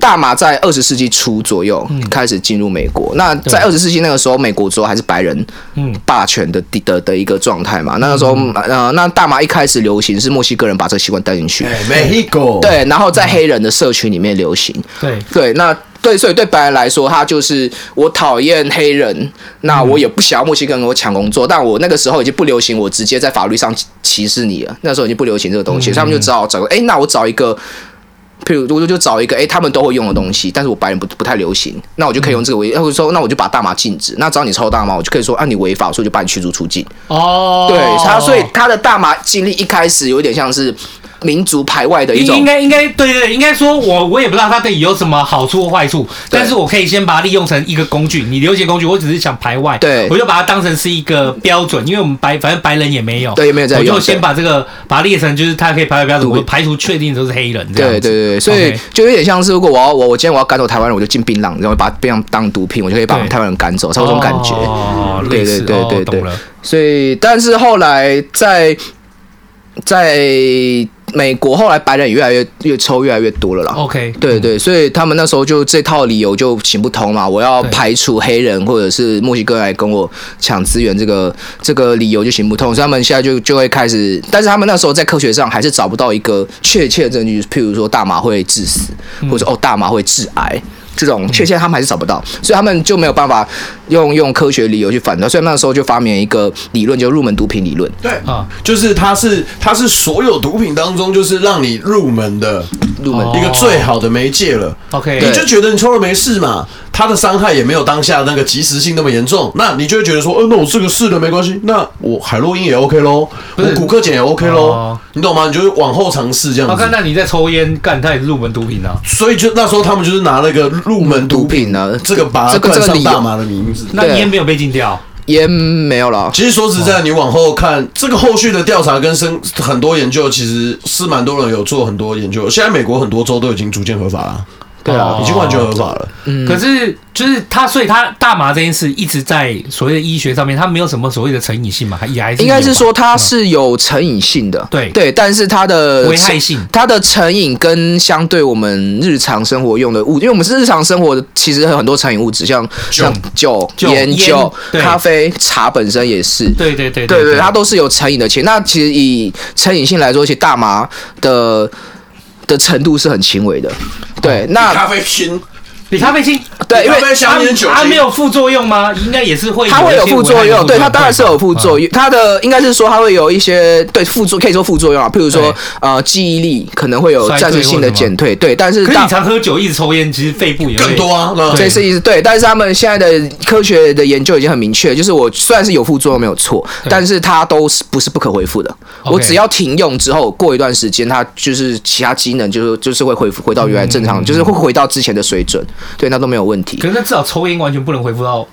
大麻在二十世纪初左右嗯开始进入美国。那在二十世纪那个时候，美国主要还是白人嗯霸权的地的的一个状态嘛。那个时候，呃，那大麻一开始流行是墨西哥人把这个习惯带进去，哎，Mexico，，对，然后在黑人的社群里面流行。对对，那对，所以对白人来说，他就是我讨厌黑人，那我也不想要墨西哥人跟我抢工作，但我那个时候已经不流行，我直接在法律上歧歧视你了。那时候已经不流行这个东西，所以他们就只好找个，哎，那我找一个。譬如，我就找一个哎、他们都会用的东西，但是我白人不不太流行，那我就可以用这个为，或者说，那我就把大麻禁止。那只要你抽大麻，我就可以说，啊，你违法，所以我就把你驱逐出境。哦，对，他所以他的大麻经历一开始有点像是民族排外的一应种应该应该对对，对应该说我我也不知道它对你有什么好处或坏处，对但是我可以先把它利用成一个工具，你流行工具，我只是想排外，对我就把它当成是一个标准，因为我们白反正白人也没有，对，没有在我用。就先对把这个把它列成就是它可以排外标准，我排除确定都是黑人这样对子，对对，所以 OK 就有点像是，如果我要我我今天我要赶走台湾人，我就进槟榔，然后把槟榔当毒品，我就可以把对台湾人赶走，差不多这种感觉。哦，对类似对对哦对懂对了，所以，但是后来在在美国，后来白人也越来越越抽越来越多了啦。 OK，对对，所以他们那时候就这套理由就行不通嘛，我要对排除黑人或者是墨西哥人来跟我抢资源，这个这个理由就行不通，所以他们现在就就会开始，但是他们那时候在科学上还是找不到一个确切的证据，譬如说大麻会致死，或者说哦大麻会致癌。这种确切他们还是找不到，所以他们就没有办法用用科学理由去反对，所以他们那时候就发明了一个理论，就入门毒品理论。对啊，就是它是它是所有毒品当中就是让你入门的入门一个最好的媒介了。哦 OK，你对就觉得你抽了没事嘛，它的伤害也没有当下那个及时性那么严重，那你就会觉得说，呃，那我这个试了没关系，那我海洛因也 OK 咯，我是骨科碱也 OK 咯哦，你懂吗？你就是往后尝试这我样看子。那你在抽烟，干他也是入门毒品啊。所以就那时候他们就是拿那个入门毒毒品品呢？这个把它这个冠这个上理由大麻的名字。那对烟没有被禁掉，也没有了。其实说实在，你往后看这个后续的调查跟深很多研究，其实是蛮多人有做很多研究。现在美国很多州都已经逐渐合法了，对啊已经完全合法了。嗯可是就是他，所以他大麻这件事一直在所谓的医学上面，他没有什么所谓的成瘾性嘛，还也还是应该是说它他是有成瘾性的，对对，但是它的危害性它的成瘾跟相对我们日常生活用的物，因为我们是日常生活的，其实很多成瘾物质，像像酒、酒烟、烟酒、对咖啡、茶本身也是，对对对对对，对，它都是有成瘾的钱。那其实以成瘾性来说，其实大麻的的程度是很轻微的，哦对，那咖啡拼比咖啡轻，对，因为咖啡香烟酒精它没有副作用吗？应该也是会，它会有副作用，对，它当然是有副作用。用。它的应该是说它会有一些对副作，可以说副作用啊，譬如说对呃记忆力可能会有衰退暂时性或的什么减退，对，但是嗯可是大你常喝酒，一直抽烟，其实肺部也会更多啊，那对这是意思对，但是他们现在的科学的研究已经很明确，就是我虽然是有副作用没有错，但是它都是不是不可恢复的。 OK 我只要停用之后，过一段时间，它就是其他机能就是就是会恢复回到原来正嗯常，就是会回到之前的水准，对，那都没有问题。可是那至少抽烟完全不能恢复到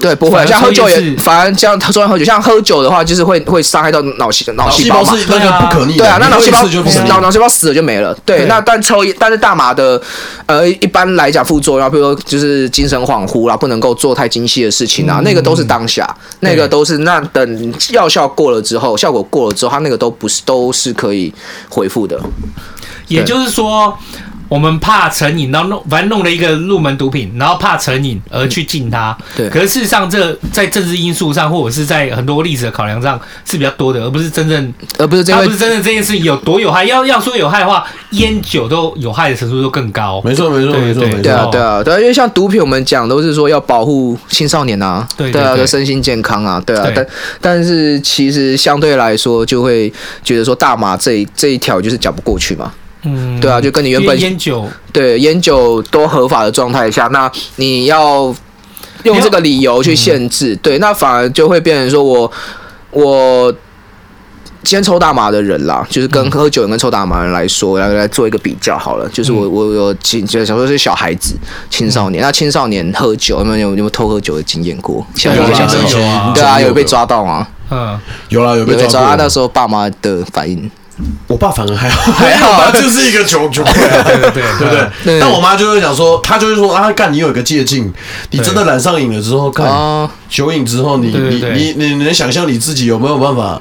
对，不会反而像喝酒抽烟也，是反而像抽烟喝酒，像喝酒的话，就是会会伤害到脑细脑脑细细胞胞嘛。是那个不可逆的，对啊，那你脑喝一细胞次就不可逆。脑脑细胞死了就没了。对对，那但抽烟，但是大麻的，呃，一般来讲副作用，比如说就是精神恍惚啦，不能够做太精细的事情啊，那个都是当下，那个都是那等药效过了之后，效果过了之后，它那个都不是都是可以恢复的。也就是说，我们怕成瘾，然后弄反正弄了一个入门毒品，然后怕成瘾而去禁它。对可是事实上这在政治因素上，或者是在很多历史的考量上是比较多的，而不是真正而不是因它为不是真正这件事有多有害。要要说有害的话，烟酒都有害的程度都更高。没错，没错，对没错，对没错。对啊哦，对啊，对啊，因为像毒品，我们讲都是说要保护青少年啊，对啊，对对的身心健康啊，对啊对，但但是其实相对来说，就会觉得说大麻这一这一条就是讲不过去嘛，嗯，对啊，就跟你原因为本烟酒对烟酒都合法的状态下，那你要用这个理由去限制，对，那反而就会变成说我我。先抽大麻的人啦，就是跟喝酒人跟抽大麻的人来说，来来做一个比较好了。就是我我我青，就想说是小孩子、青少年，那青少年喝酒有没有有没有偷喝酒的经验过？像有有啦些啊时候有有啊对啊，有被的抓到吗？嗯，有啦，有有被被抓抓到，啊过那时候爸妈的反应，我爸反而还好，还好因为我爸就是一个酒酒鬼啊，对对对对不对？ 对但我妈就会讲说，她就会说啊，干你有一个借镜，你真的染上瘾了之后，干啊，酒瘾之后，你对对你对你你你能想象你自己有没有办法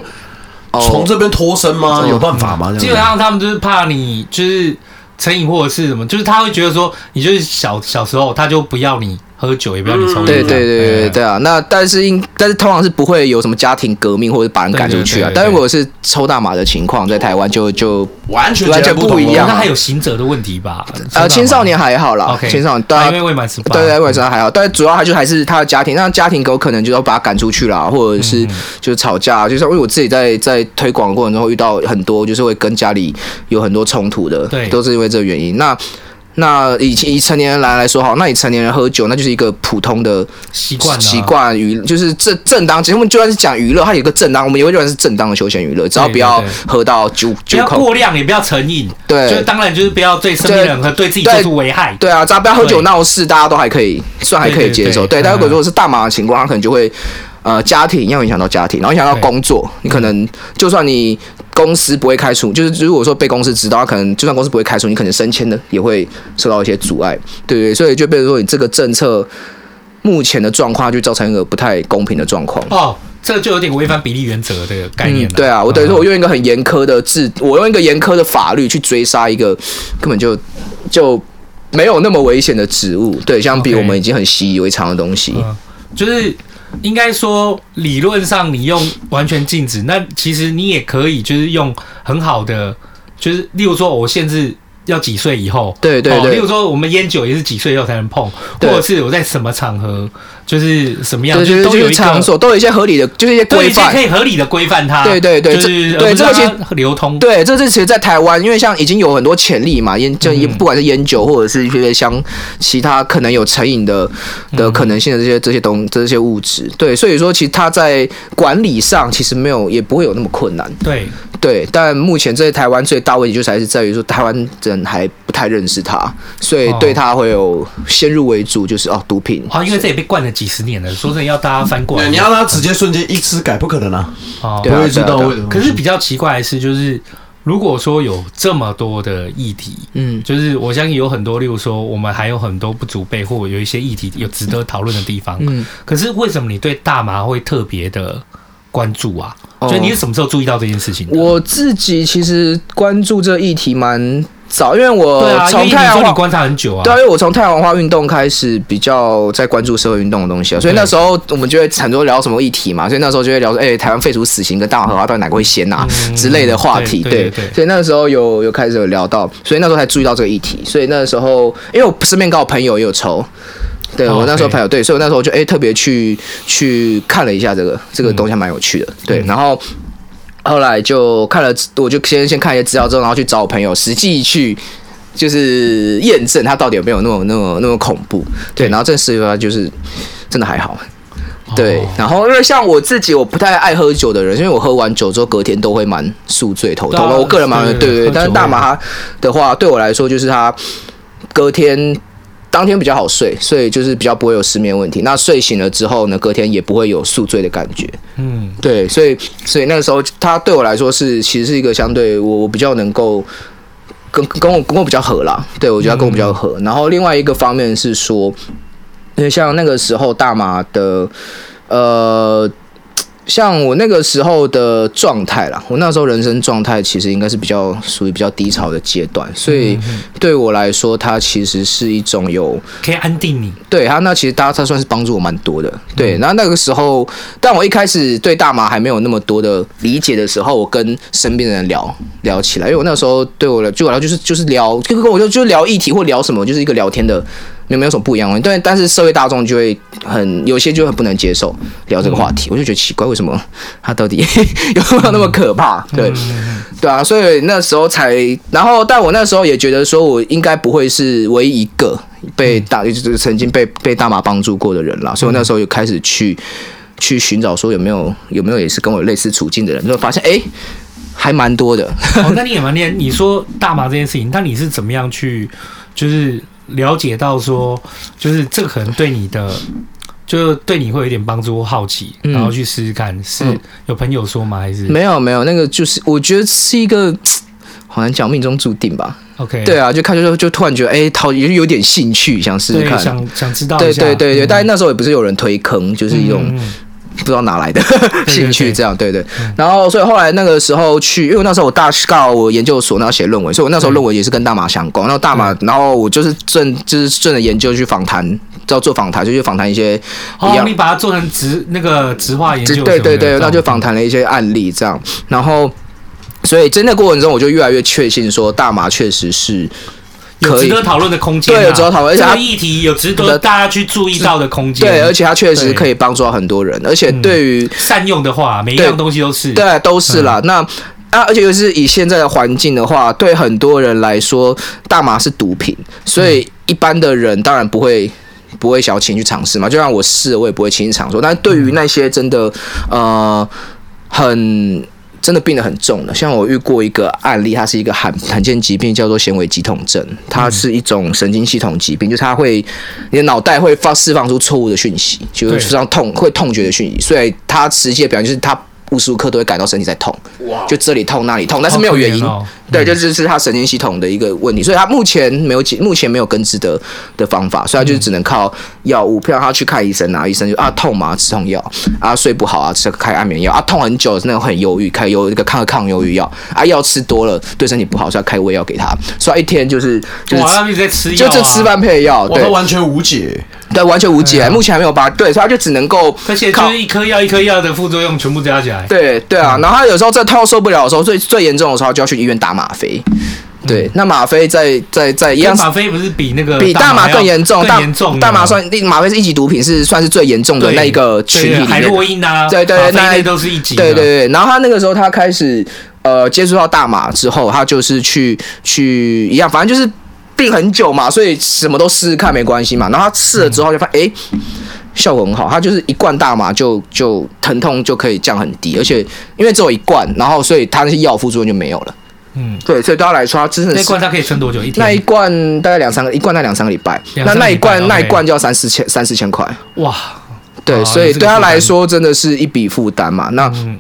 哦从这边脱身吗？有办法吗？这基样本子上他们就是怕你就是成瘾或者是什么，就是他会觉得说你就是小小时候他就不要你喝酒，也不要你抽烟这对样。对对对哎对啊！那但是应但是通常是不会有什么家庭革命或者把人赶出去啊对对对对。但是我是抽大麻的情况，在台湾就就完全完全截然不不同一样了哦那还有行者的问题吧？呃青少年还还好啦 OK，，青少年对啊啊因为未满十八，对对，外伤还好，但主要还就还是他的家庭，那家庭有可能就要把他赶出去啦，或者嗯是就是吵架，就是因为我自己在在推广的过程中会遇到很多，就是会跟家里有很多冲突的，对都是因为这个原因。那那以以成年人来来说好，那以成年人喝酒，那就是一个普通的习惯啊习惯娱，就是正正当。其实我们就算是讲娱乐，它有一个正当，我们也会认为是正当的休闲娱乐，只要对不要对喝到酒不酒要口。过量，也不要成瘾。对就是当然就是不要对身边人和对自己做出危害。对啊，只要不要喝酒对闹事，大家都还可以，算还可以接受。对对对对，但如果嗯如果是大麻的情况，它可能就会呃家庭要影响到家庭，然后影响到对工作，你可能就算你。公司不会开除，就是如果说被公司知道，它可能就算公司不会开除，你可能升迁的也会受到一些阻碍，对不对？所以就变成说你这个政策目前的状况，就造成一个不太公平的状况。哦，这就有点违反比例原则这个概念了。对啊，我等于说我嗯用一个很严苛的制，我用一个严苛的法律去追杀一个根本就就没有那么危险的植物，对，相比 OK 我们已经很习以为常的东西。嗯就是应该说理论上你用完全禁止，那其实你也可以就是用很好的，就是例如说我限制。要几岁以后？对对哦。对例如说，我们烟酒也是几岁以后才能碰，或对者是我在什么场合，就是什么样，对，就是都就有一是个场所都有一些合理的，就是一些对，规已经范可。以合理的规范它。对对对就是这而不是对这个其实让它流通。对，这这其实，在台湾，因为像已经有很多潜力嘛，烟就嗯不管是烟酒或者是一些像其他可能有成瘾的嗯的可能性的这些这些东这些物质，对，所以说其实它在管理上其实没有也不会有那么困难。对对，但目前在台湾最大问题就是还是在于说台湾人还不太认识他，所以对他会有先入为主，就是哦毒品。啊，因为这也被惯了几十年了，说真的要大家翻过来。对，你要让他直接瞬间一吃改，不可能啊，哦对啊不会知道对啊为什么。可是比较奇怪的是，就是如果说有这么多的议题，嗯，就是我相信有很多，例如说我们还有很多不足备或有一些议题有值得讨论的地方。嗯，可是为什么你对大麻会特别的关注啊？哦就你是什么时候注意到这件事情的？我自己其实关注这议题蛮早，因为我对啊，因为从你太阳说花你观察很久啊，对啊，因为我从太阳文化运动开始比较在关注社会运动的东西啊，所以那时候我们就会很多聊什么议题嘛，所以那时候就会聊说，哎、台湾废除死刑跟大麻合法到底哪个会先啊、嗯之类的话题，对对对对对所以那个时候有有开始有聊到，所以那时候才注意到这个议题，所以那时候因为我身边刚好朋友也有抽。对，哦我那时候对朋友对，所以我那时候就哎、特别去去看了一下这个这个东西，还蛮有趣的。对，然后后来就看了，我就先先看一些资料之后，然后去找我朋友实际去。就是验证它到底有没有那么那么那么恐怖，对，对然后这个事情的话就是真的还好，哦啊对，然后因为像我自己，我不太爱喝酒的人，因为我喝完酒之后隔天都会蛮宿醉头痛对啊的。我个人蛮对对喝对对酒，但是大麻的话，对我来说就是它隔天当天比较好睡，所以就是比较不会有失眠问题。那睡醒了之后呢，隔天也不会有宿醉的感觉。嗯，对，所以所以那个时候，它对我来说是其实是一个相对我我比较能够跟跟我跟我比较合啦。对我觉得它跟我比较合。然后另外一个方面是说，因为像那个时候大马的呃。像我那个时候的状态啦，我那时候人生状态其实应该是比较属于比较低潮的阶段，所以对我来说，它其实是一种有可以安定你，对他，那其实大家他算是帮助我蛮多的。对，然后那个时候，但我一开始对大麻还没有那么多的理解的时候，我跟身边的人聊聊起来，因为我那时候对我来，对我来说就是就是聊，就跟我就就聊议题或聊什么，就是一个聊天的，没有没有什么不一样的东西。但但是社会大众就会很有些就很不能接受聊这个话题，我就觉得奇怪，为什么他到底 有没有那么可怕？对。对啊，所以那时候才，然后但我那时候也觉得说，我应该不会是唯一一个嗯被大，就是曾经被被大麻帮助过的人啦，所以我那时候就开始去去寻找说有没有有没有也是跟我类似处境的人，就发现哎、诶还蛮多的。 哦，那你也蛮厉害。你说大麻这件事情，那你是怎么样去，就是了解到说，就是这可能对你的，就是对你会有一点帮助或好奇，嗯然后去试试看，是有朋友说吗？还是 没有没有，那个就是我觉得是一个。好难讲，命中注定吧。 OK？对啊，就看就就突然觉得，哎、好有有点兴趣，想试试对，看。想想知道一对下对对对，嗯但是那时候也不是有人推坑，就是一种嗯嗯不知道哪来 的对兴对趣，这样对对。然后，所以后来那个时候去，因为那时候我大告我研究所，那要写论文，所以我那时候论文也是跟大麻相关。然后大麻，然后我就是正就是正着研究去访谈，要做访谈，就去访谈一些一哦，样你把它做成植那个植化研究什么的，对对这对，样那就访谈了一些案例这样，然后。所以，在那过程中，我就越来越确信说，大麻确实是有可值以得讨论的空间啊，对有值得讨论而且这它个议题有值得大家去注意到的空间，对，而且它确实对可以帮助到很多人，而且嗯对于善用的话，每一对样东西都是对，都是啦。那啊，而且又是以现在的环境的话，对很多人来说，大麻是毒品，所以一般的人当然不会。不会想要轻易去尝试嘛？就让我试了，我也不会轻易尝试。但对于那些真的，呃，很真的病得很重的，像我遇过一个案例，它是一个罕罕见疾病，叫做纤维肌痛症，它是一种神经系统疾病，就是它会你的脑袋会发释放出错误的讯息，就是对非常痛会痛觉的讯息，所以它实际的表现就是它无时无刻都会感到身体在痛，就这里痛那里痛，但是没有原因，好可怜哦对，这就是它神经系统的一个问题，所以它目前没有解，目前没有根治的的方法，所以它嗯就是只能靠药物，不让他去看医生啊，医生就啊痛嘛吃痛药啊睡不好啊吃开安眠药啊痛很久那种很忧郁开忧那个抗抗忧郁药啊药吃多了对身体不好，所以要开胃药给他，所以他一天就是就是哇，他们一直在吃药就啊，就吃饭配药，我对都完全无解，对完全无解，目前还没有把对，所以他就只能够啊而且就靠是一颗药一颗药的副作用全部加起来，对对嗯啊，然后他有时候这痛受不了的时候，最最严重的时候他就要去医院打吗啡。对，那吗啡在在在一嗯跟样是吗啡不是比那个比大麻要更严重，更大严重的大麻算吗啡是一级毒品，是算是最严重的对那一个群体对里海面。洛因啊，对对吗对啡那那些都是一级的，对对对，然后他那个时候他开始呃接触到大麻之后，他就是去去一样，反正就是病很久嘛，所以什么都试试看没关系嘛。然后他试了之后就发现，哎、效果很好，它就是一罐大麻就就疼痛就可以降很低，而且因为只有一罐，然后所以它那些药副作用就没有了。嗯，对，所以对他来说，他真的那是一罐它可以存多久？一那一天？罐大概两三个，一罐大概两三个礼拜，哦两那三个那一礼拜罐那一 OK 罐就要三四千三四千块，哇，对，哦所你以这个对他负担来说真的是一笔负担嘛。那、嗯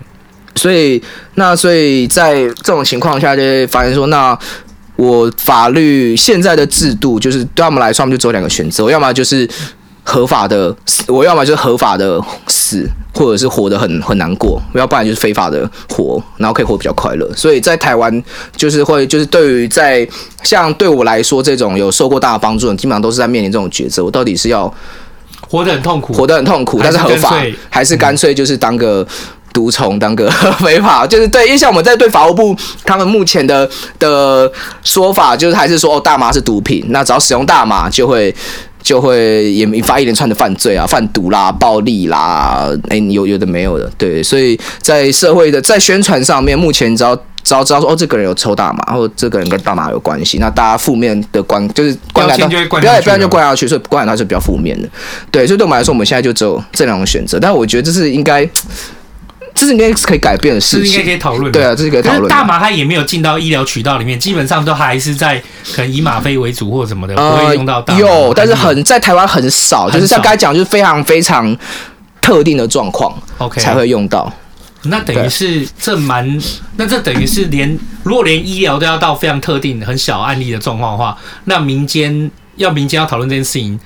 所以那所以在这种情况下，就会发现说，那我法律现在的制度就是对他们来说，他们就只有两个选择，我要么就是合法的死，我要么就是合法的死，或者是活得很很难过，要不然就是非法的活，然后可以活得比较快乐。所以在台湾就是会就是对于在像对我来说这种有受过大的帮助的，基本上都是在面临这种抉择，我到底是要。活得很痛苦，活得很痛苦，还但是是合法干脆，还是干脆就是当个毒虫，当个 非法，就是对，因为像我们在对法务部他们目前的的说法，就是还是说哦，大麻是毒品，那只要使用大麻就会。就会也引发一连串的犯罪啊，贩毒啦、暴力啦，哎，有有的没有的，对，所以在社会的在宣传上面，目前只要只要知道说哦，这个人有抽大麻，或者这个人跟大麻有关系，那大家负面的观就是观感标签到，就会灌不要上去也不然了就灌下去，所以观感到是比较负面的。对，所以对我们来说，我们现在就只有这两种选择。但我觉得这是应该，这是应该是可以改变的这事是应该可以情。讨论的。对啊，这是可以可讨是论大的。麻它也没有进到医疗渠道里面，基本上都还是在可能以吗啡为主或什么的，不会用到大麻。呃有，但是很在台湾很少，就是很少像刚才讲，就是非常非常特定的状况 OK 才会用到。那等于是这蛮，那这等于是连如果连医疗都要到非常特定很小案例的状况的话，那民间要民间要讨论这件事情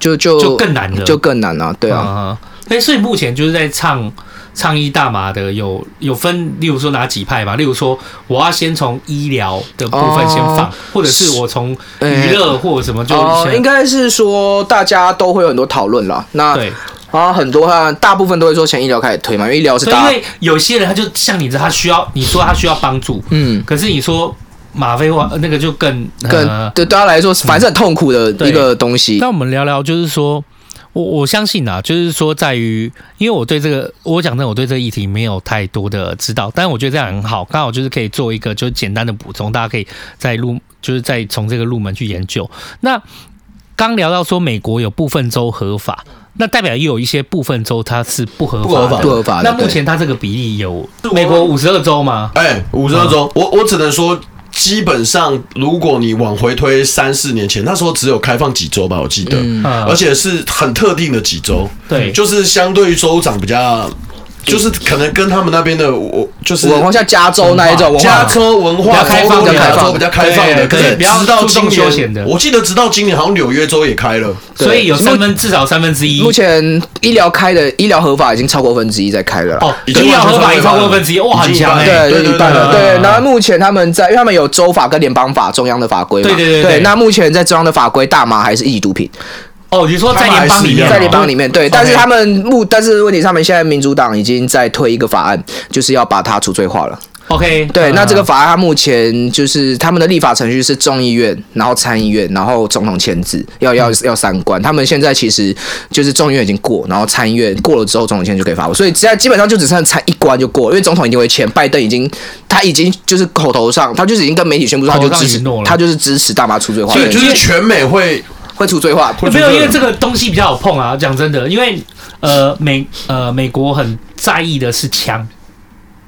就就就更难了就更难了。对啊，啊。那、所以目前就是在倡倡议大麻的有有分，例如说哪几派嘛？例如说，我要先从医疗的部分先放，哦或者是我从呃娱乐或者什么就哦，先、应该是说大家都会有很多讨论啦。那对。然后很多啊，大部分都会说从医疗开始推嘛，因为医疗是所以因大家为有些人他就像你这，他需要你说他需要帮助，嗯。可是你说吗啡或那个就更更呃对对他来说，反正很痛苦的一个东西那。我们聊聊，就是说，我我相信啊，就是说，在于，因为我对这个，我讲真的，我对这个议题没有太多的知道，但我觉得这样很好，刚好就是可以做一个就是简单的补充，大家可以再入，就是再从这个入门去研究。那刚聊到说，美国有部分州合法，那代表也有一些部分州它是不合不合法法的。不合法的那目前它这个比例有美国五十二州吗？哎，五十二嗯周，我我只能说，基本上如果你往回推三四年前，那时候只有开放几周吧，我记得，嗯而且是很特定的几周，对就是相对于州长比较，就是可能跟他们那边的我就是文化像加州那一种文加化，州文化比较开放佛罗里达比较开州放比较开放的，对可是对比较直到注重今休闲的年，我记得直到今年好像纽约州也开了，所以有对三分至少三分之一目。前医疗开的医疗合法已经超过分之一在开了啦。啊哦，已医经疗合法已经超过完全合法了分之一，哇，很强哎、已经对，对就对一半了。对对对，对然后目前他们在，因为他们有州法跟联邦法中央的法规嘛。对对对对那目前在中央的法规，大麻还是一级毒品，哦，你说在联邦里面对吗，在联邦里面。对，但是 OK 他们目，但是问题，他们现在民主党已经在推一个法案，就是要把它除罪化了。 OK，对，嗯那这个法案它目前就是他们的立法程序是众议院，然后参议院，然后总统签字，要嗯要要三关。他们现在其实就是众议院已经过，然后参议院过了之后，总统签就可以发布，所以现在基本上就只剩参一关就过了，因为总统一定会签。拜登已经他已经就是口头上，他就是已经跟媒体宣布说，他就口头上支持允诺了他就是支持大麻除罪化所的以人，就是全美会会除罪化。会没有，因为觉这个东西比较好碰啊。讲真的，因为呃美呃美国很在意的是枪，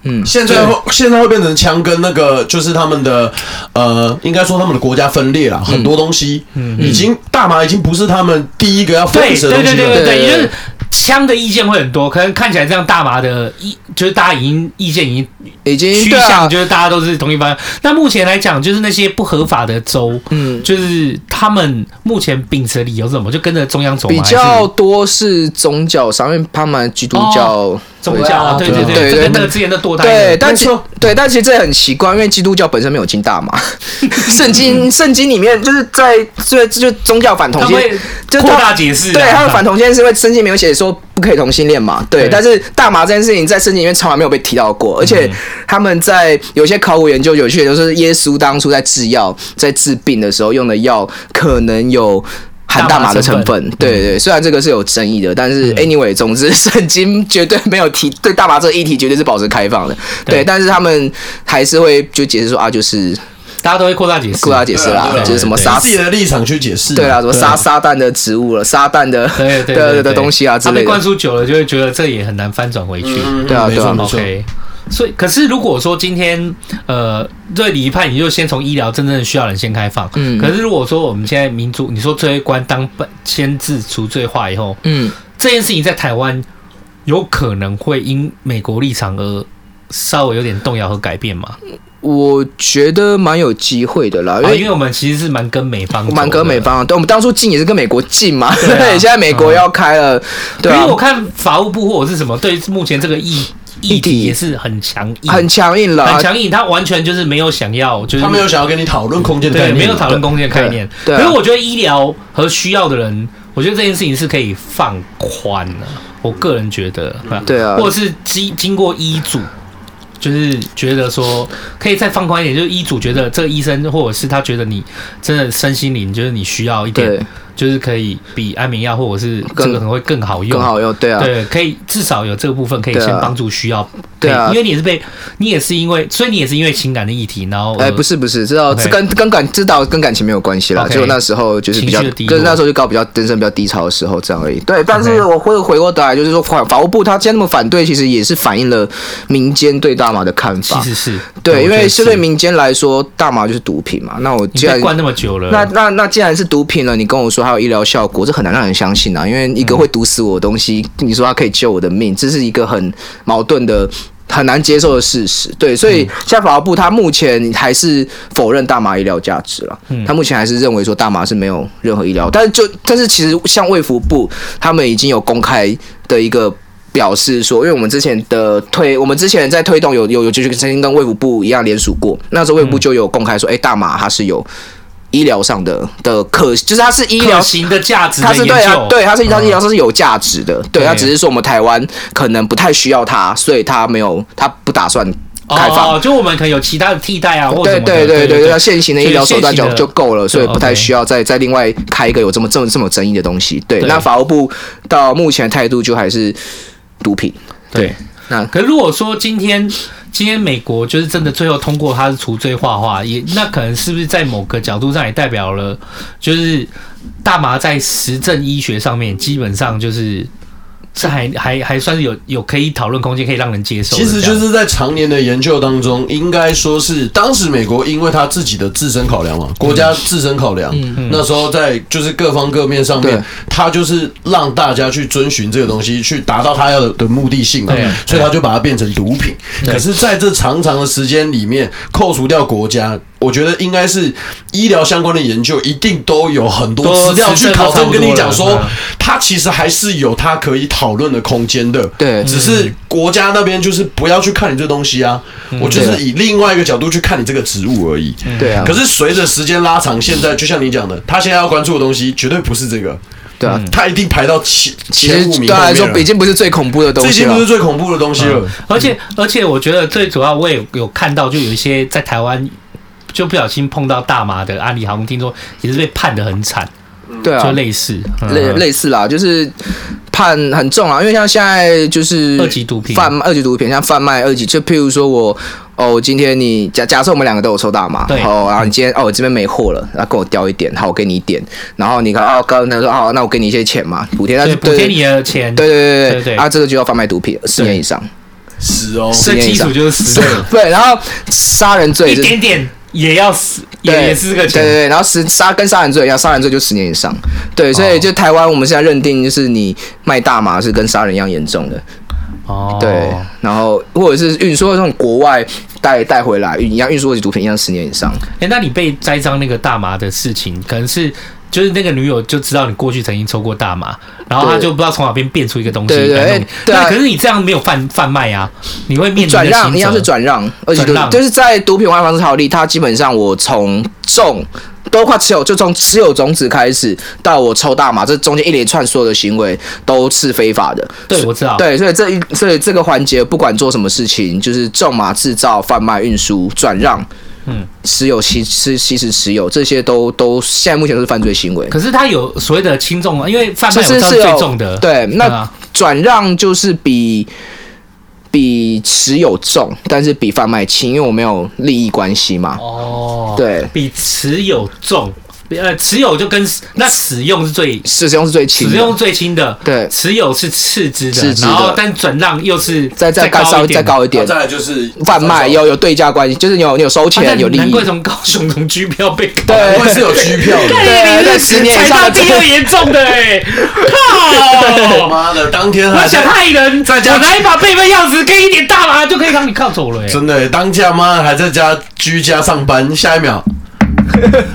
嗯，现在会现在会变成枪跟那个就是他们的呃，应该说他们的国家分裂了，很多东西已经大麻已经不是他们第一个要分对对食的东对西对了。对对对，对也就是对枪的意见会很多，可能看起来这样大麻的意就是大家已经意见已经已经趋对向，啊，就是大家都是同一方。那目前来讲，就是那些不合法的州，嗯。就是他们目前秉持的理由是什么？就跟着中央走吗比较多是宗教上，因为他们基督教还是宗教啊，对对对啊对，对这对跟那个之前的堕胎对，但没其错对，但其实这也很奇怪，因为基督教本身没有禁大麻，圣经圣经里面就是在这就就宗教反同他性，会就是扩他大解释啊，对，他的反同性是因为圣经没有写说不可以同性恋嘛，对，对但是大麻这件事情在圣经里面从来没有被提到过，而且他们在有些考古研究，有些研究是耶稣当初在制药、在治病的时候用的药可能有。含大麻的成大麻分，对对，虽然这个是有争议的，但是 anyway，总之 圣经绝对没有提对大麻这个议题，绝对是保持开放的，对对，但是他们还是会就解释说啊，就是大家都会扩大解释，扩大解释啦对啊，就是什么对沙自己的立场去解释。对啊，什么对撒啊撒旦的植物了，撒旦的对对 的的东西啊之他类被灌的。输久了，就会觉得这也很难翻转回去。嗯，对啊没对错啊没错。 OK，所以可是如果说今天呃对李一派，你就先从医疗真正的需要人先开放。嗯可是如果说我们现在民主，你说最官当本先治除罪化以后，嗯，这件事情在台湾有可能会因美国立场而稍微有点动摇和改变嘛？我觉得蛮有机会的呃啦，因啊，因为为我们其实是蛮跟美方走的，蛮跟美方，啊对，我们当初进也是跟美国进嘛，对啊 对，现在美国要开了，对因啊为我，看法务部或者是什么，对目前这个议议议题题也是很强硬，很强硬了，很强硬，他完全就是没有想要，就是他没有想要跟你讨论空间的概对念，没有讨论空间概念。对对啊可是我觉得医疗和需要的人，我觉得这件事情是可以放宽的。我个人觉得，对啊或者是经经过医嘱。就是觉得说可以再放宽一点，就是医嘱觉得这个医生或者是他觉得你真的身心灵，就是你需要一对点，，就是可以比安眠药或者是这更个可能会更好用，更好用，对啊，对，可以至少有这个部分可以对啊先帮助需要，对啊可以因为你也是被，你也是因为，所以你也是因为情感的议题，然后哎，不是是不是，知道 OK 这跟跟感知道跟感情没有关系啦， OK 就那时候就是比较情绪的低，落跟那时候就搞比较人生比较低潮的时候这样而已。对，但是 OK 我会回过头来，就是说法法务部他既然那么反对，其实也是反映了民间对大麻的看其法。实是对，因为是是对民间来说，大麻就是毒品嘛。那我你既然被关那么久了，那那那既然是毒品了，你跟我说还有医疗效果，这很难让人相信啊！因为一个会毒死我的东西，你说它可以救我的命，这是一个很矛盾的。很难接受的事实，对，所以现在法务部他目前还是否认大麻医疗价值了，他目前还是认为说大麻是没有任何医疗，但是就但是其实像卫福部他们已经有公开的一个表示说，因为我们之前的推，我们之前在推动有有有就是曾经跟卫福部一样联署过，那时候卫福部就有公开说，哎、大麻它是有医疗上的的可，就是它是医疗可。行的价值它的是研对啊究，，嗯对，它是它是医疗上是有价值的，对，对它只是说我们台湾可能不太需要它，所以它没有，它不打算开放哦，。就我们可能有其他的替代啊，或者对什么的对对对对对，它现行的医疗手段就所以现行的就够了，所以不太 OK 需要再再另外开一个有这么这么这么争议的东西。对，对那法务部到目前的态度就还是毒品。对。那可是如果说今天今天美国就是真的最后通过它是除罪化的话，也那可能是不是在某个角度上也代表了，就是大麻在实证医学上面基本上就是这还还还算是有有可以讨论空间，可以让人接受的其这样。实就是在常年的研究当中，应该说是当时美国因为他自己的自身考量嗯嘛，国家自身考量，那时候在就是各方各面上对面，他就是让大家去遵循这个东西，去达到他要的的目的性嘛对，所以他就把它变成毒品。可是在这长长的时间里面，扣除掉国家。我觉得应该是医疗相关的研究，一定都有很多都资料去资料考证，差不多跟你讲了说嗯，它其实还是有它可以讨论的空间的。对只是国家那边就是不要去看你这东西啊，嗯我就是以另外一个角度去看你这个植物而已。对啊可，是随着时间拉长，现在就像你讲的，他现在要关注的东西绝对不是这个，对啊，他一定排到前其前实五名对他来后说面已了。经不是最恐怖的东这已西经不了嗯是。最恐怖的东西了。嗯而且而且，我觉得最主要我也有看到，就有一些在台湾就不小心碰到大麻的案例，好像听说也是被判的很惨，对啊就，类似嗯类类似啦，就是判很重啊，因为像现在就是二级毒品贩二级毒品，像贩卖二级，就譬如说我。哦，今天你假假设我们两个都有抽大麻，对嗯哦，然后你今天哦，我这边没货了，然后跟我调一点，好，我给你一点，然后你看哦，刚才说好，那我给你一些钱嘛，补贴，但对是补贴你的钱，对，对对对对对啊，这个就要贩卖毒品，十年对以上，是哦，这基础就是死了， 对，然后杀人 罪一是点点也要死，也对也是这个对对钱。对，然后十杀跟杀人罪一样，杀人罪就十年以上。对，哦所以就台湾我们现在认定就是你卖大麻是跟杀人一样严重的。哦，对，然后或者是运输那种国外带带回来，运一样运输过去毒品一样十年以上。哎，那你被栽赃那个大麻的事情，可能是。就是那个女友就知道你过去曾经抽过大麻，然后她对就不知道从哪边变出一个东西对对来弄哎你。对啊那可是你这样没有贩贩卖啊，你会面临转的让刑一样责是转让，而且就转让就是在毒品外防治条例，它基本上我从种。包括持有，就从持有种子开始到我抽大麻，这中间一连串所有的行为都是非法的。对，我知道。对，所以这一所以这个环节，不管做什么事情，就是种马制造、贩卖、运输、转让，嗯嗯，持有、吸吸吸食、持有，这些都都现在目前都是犯罪行为。可是他有所谓的轻重啊，因为贩其卖我实知道是是有最重的，对，那啊转让就是比比持有重，但是比贩卖轻，因为我没有利益关系嘛。哦，哦，对比持有重，呃，持有就跟那使用是最使用是最轻使的，用最轻的，对持有是次之的，次之的然后但转让又是再再高高稍一微点再的。高然后一点，再来就是贩卖有有对价关系，就是你有你有收啊那钱有利难益怪，从高雄从居票被搞，哎 对我也是有机票 的。啊对，在十年以踩上到 的第二严重的哎、 靠！妈的，当天我还想在害人，在家我拿一把备份钥匙跟一点大麻就可以让你铐走了、欸。真的当家妈还在家居家上班，下一 秒，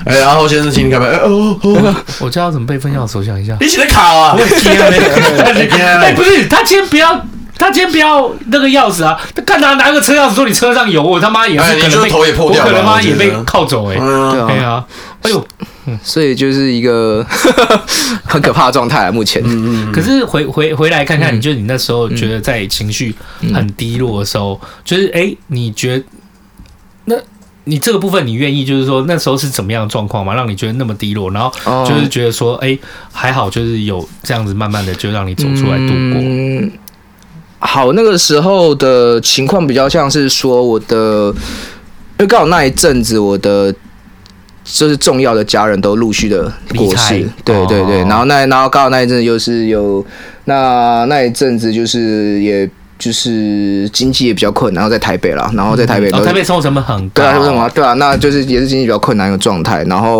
哎、然后先生，请你开门。哎哦哦，我知道怎么备份钥匙，我想一 下。你写的卡啊！我今天 没今天哎，不是，他今天不要，他今天不要那个钥匙啊！他干嘛拿个车钥匙说你车上有，我他妈也哎是你可能被就头也破掉了我可能妈我觉也得被铐走哎。嗯，对对啊，啊，哎呦，所以就是一个 很可怕的状态啊，目前。可是回回回来看看，嗯你就你那时候觉得在情绪很低落的时候，就是哎，你觉那你这个部分你愿意就是说那时候是怎么样的状况嘛，让你觉得那么低落，然后哦就是觉得说哎还好，就是有这样子慢慢的就让你走出来度过。嗯，好，那个时候的情况比较像是说我的，因为刚好那一阵子我的。就是重要的家人都陆续的过世离开，对对对，哦然后那然后刚好那一阵子又是有那那一阵子就是也就是经济也比较困难，然后在台北啦，然后在台北然嗯都哦后台北生活成本很高，对啊，就是什么？对啊，那就是也是经济比较困难的状态。然后，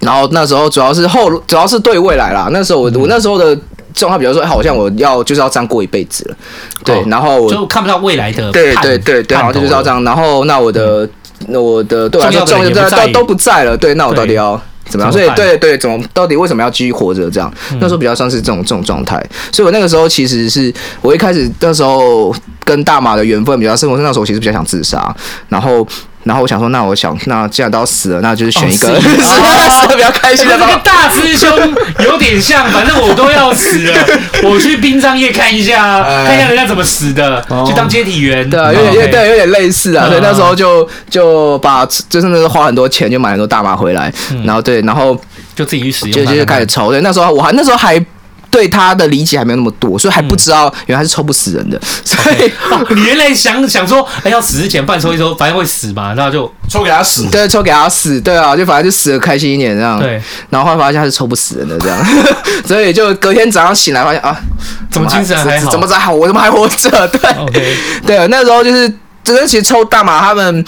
然后那时候主要是后，主要是对未来啦。那时候我、嗯我那时候的状态，比如说，哎好像我要就是要这样过一辈子了，对。哦然后我就看不到未来的对盼对对对，然后就是要这。盼头了嗯样。然后那我的、那我的对我来说重重要的要人也不的在都意都不在了，对，那我到底对要？怎么样？怎所么以办嗯对对，怎么到底为什么要继续活着这样？那时候比较像是这种这种状态，所以我那个时候其实是我一开始那时候跟大马的缘分比较深，我是那时候我其实比较想自杀，然后然后我想说，那我想那既然都要死了，那就是选一个、哦死 死了死了比较 开哎心跟的这方个法。大师兄有点 像，反正我都要死了，我去殡葬业看一下啊，哎看一下人家怎么死的，去当接体员。哦对啊，嗯有点 OK 有对，有点类似啊。嗯对，那时候就就把就是那时候花很多钱就买很多大麻回来，嗯然后对，然后就自己去使用就它。就开始抽。对，那时候我还那时候还对他的理解还没有那么多，所以还嗯不知道原来是抽不死人的。所以哦， 你原来想想说，哎，要死之前半抽一抽，反正会死嘛，那就抽给他死。 对，抽给他死，对啊，就反正就死的开心一点这样。对，然后后来发现他是抽不死人的这样， 所以就隔天早上醒来发现啊，怎么精神还好怎么才好？我怎么还活着？ 对 OK。对，那时候就是真的，其实抽大麻他们。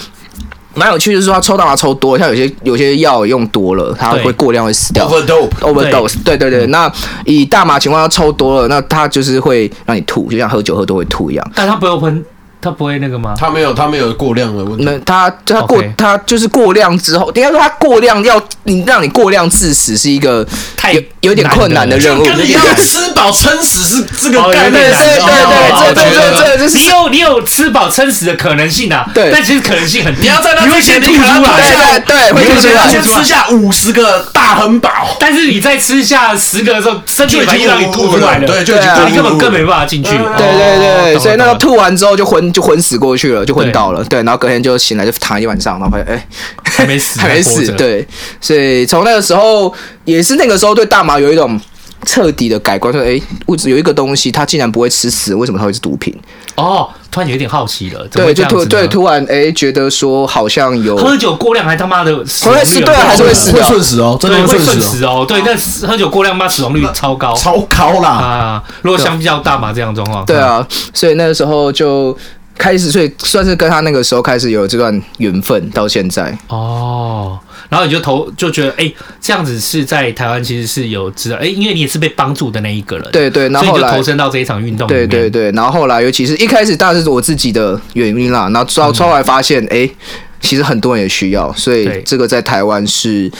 蛮有趣，就是说他抽大麻抽多，像有些有些药用多了，他对会过量会死掉。 Overdope， overdose，对对对。那以大麻情况下抽多了，那它就是会让你吐，就像喝酒喝多会吐一样。但他不会喷，他不会那个吗？他没有，他没有过量的问题。那它它过 OK 它就是过量之后，应该说它过量要你让你过量致死是一个太有有点困难难了的任务。跟你 要对吃饱撑死是这哦个概有点哦念，难对对你知道吗对，这我觉这得这这是你有你有吃饱撑死的可能性啊，对但其实可能性很低。你要在那你会之前先吐你出可能来，对对会你吐可出能来要。先吃下五十个大亨堡，但是你在吃下十个的时候，身体就已反应经让你吐出来了，对，就已经对啊嗯所以你根本更没办法进去。哦对对对对，所以那个个吐完之后就昏就昏死过去了，就昏倒了。对，然后隔天就醒来就躺一晚上，然后发现哎、还没死， 还没活死着，对，所以从那个时候也是那个时候对大麻有一种彻底的改观，说哎，物质有一个东西它竟然不会吃死，为什么它会是毒品？哦，突然有点好奇了，怎么对，会这就样突子对呢？突然哎觉得说好像有喝酒过量还他妈的死会亡率死有对啊多还是高会呢死会掉瞬死哦，真对的会会瞬瞬死死哦，对，那死喝酒过量妈死亡率超高哦，超高啦。啊！如果相较大麻这样的状况，对啊，所以那个时候就开始，所以算是跟他那个时候开始有这段缘分到现在。哦，然后你就投就觉得，哎、这样子是在台湾其实是有值得，哎、因为你也是被帮助的那一个人，，对对，然所以后你后就来投身到这一场运动里对面，对对，然后后来，尤其是一开始，当然是我自己的原因啦。然后嗯到后来发现，哎、其实很多人也需要，所以对这个在台湾是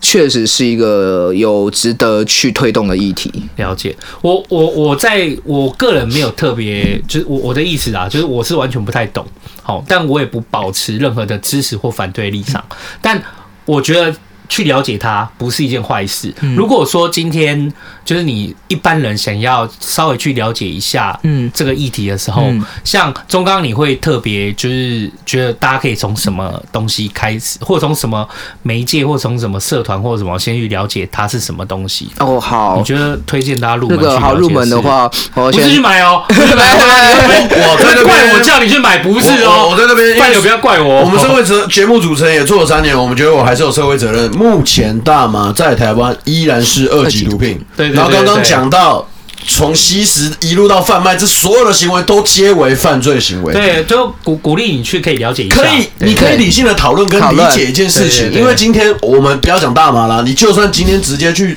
确实是一个有值得去推动的议题。了解。我我我在我个人没有特别，就是我我的意思啊，就是我是完全不太懂，好，但我也不保持任何的支持或反对立场，但我觉得。去了解它不是一件坏事。嗯如果说今天就是你一般人想要稍微去了解一下，嗯这个议题的时候，嗯像中刚你会特别就是觉得大家可以从什么东西开始，或从什么媒介，或从什么社团，或什么先去了解它是什么东西。哦，好你，觉得推荐大家入那门？个好入门的，话，我不是去先。 买哦，不是去买哦，哎哎哎你会 不会 我在那边怪我叫你去买，不是我我哦我。在那边，因为饭友不要怪我。我们社会责节目主持人也做了三年，我们觉得我还是有社会责任。目前大麻在台湾依然是二级毒品，对对对然后刚对刚对讲到，从吸食一路到贩卖，这所有的行为都皆为犯罪行为。。 对，啊就鼓鼓励你去可以了解一下。可以，你可以理性的讨论跟讨理论解一件事情对对，对因为今天我们不要讲大麻啦，你就算今天直接去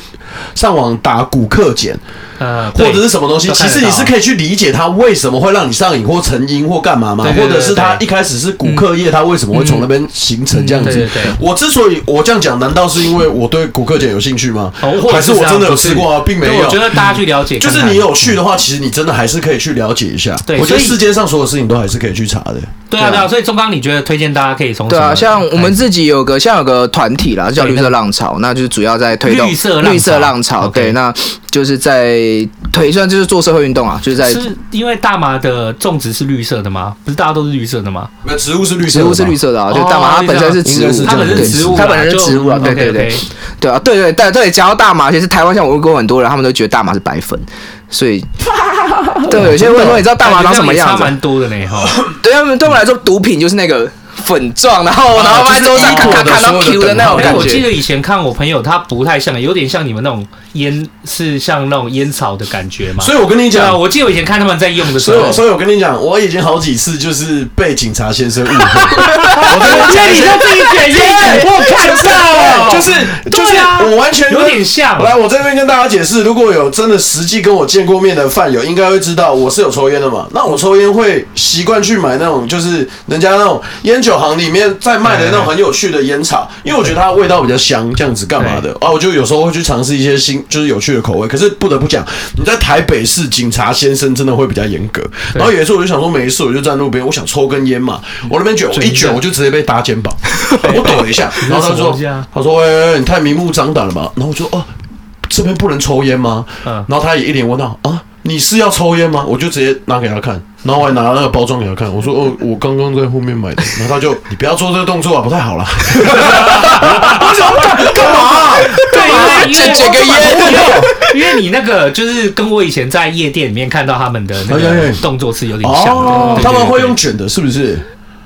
上网打骨克碱呃，或对者是什么东西，都其看得实你是到可以去理解它为什么会让你上瘾或成瘾或干嘛嘛，对对或对者是它对一开始是骨克液，它为什么会从那边形成这样嗯子对对对？我之所以我这样讲，难道是因为我对骨克碱有兴趣吗哦或？者还是我这样真的有不是吃过啊？并没对有我觉。得大家去了解就看看，是你有去的话，其实你真的还是可以去了解一下。对我觉得所以世界上所有事情都还是可以去查的。对啊对啊，所以中刚你觉得推荐大家可以从对什啊，么像我们开始自己有个像有个团体啦，叫对绿色浪潮，那就是主要在推动绿色浪潮浪潮， OK 对，那就是在推，算就是做社会运动啊，就是在是因为大麻的种植是绿色的吗？不是大家都是绿色的吗？那植物是绿色，植物是绿。色的啊，哦就大麻它本身是植应该是物，这它样本身是对植物啦，它本身是植物啊，就嗯对对 OK，OK 对。对啊，对对，但对，讲到大麻，其实台湾像我问过很多人，他们都觉得大麻是白粉，所以对有些人会说你知道大麻长什么感觉这也样差子？啊蛮多的呢哈。对他们对我们来说，毒品就是那个粉状，然哦后然后放在桌上就是咔一坨的咔咔到所有 Q 的的那种我等哎，感我记觉。得以前看我朋友，他不太像，有点像你们那种烟，是像那种烟草的感觉嘛。所以我跟你对啊，讲，我记得我以前看他们在用的时所以候我，所以我跟你讲，我已经好几次就是被警察先 生误会。我跟你讲，自己卷烟我看 哦到就是就是对啊我完全跟有点像来，我这边跟大家解释，如果有真的实际跟我见过面的饭友，应该会知道我是有抽烟的嘛。那我抽烟会习惯去买那种，就是人家那种烟酒行里面在卖的那种很有趣的烟草，因为我觉得它味道比较香，这样子干嘛的啊？我就有时候会去尝试一些新，就是有趣的口味。可是不得不讲，你在台北市警察先生真的会比较严格。然后有一次我就想说没事，我就站路边，我想抽根烟嘛，我那边卷我一卷我就直接被搭肩 膀，我躲了一下，然后他什么说东西啊他说喂喂喂，你太明目张胆了吧？然后我就哦。这边不能抽烟吗？嗯然后他也一脸问号啊，你是要抽烟吗？我就直接拿给他看，然后我还拿那个包装给他看，我说哦，我刚刚在后面买的。然后他就你不要做这个动作啊，不太好啦。我想说干干嘛啊、对，因为卷卷个烟因为因为你那个就是跟我以前在夜店里面看到他们的那哎哎个哎动作是有点像的 哦，对对对他们会用卷的，是不是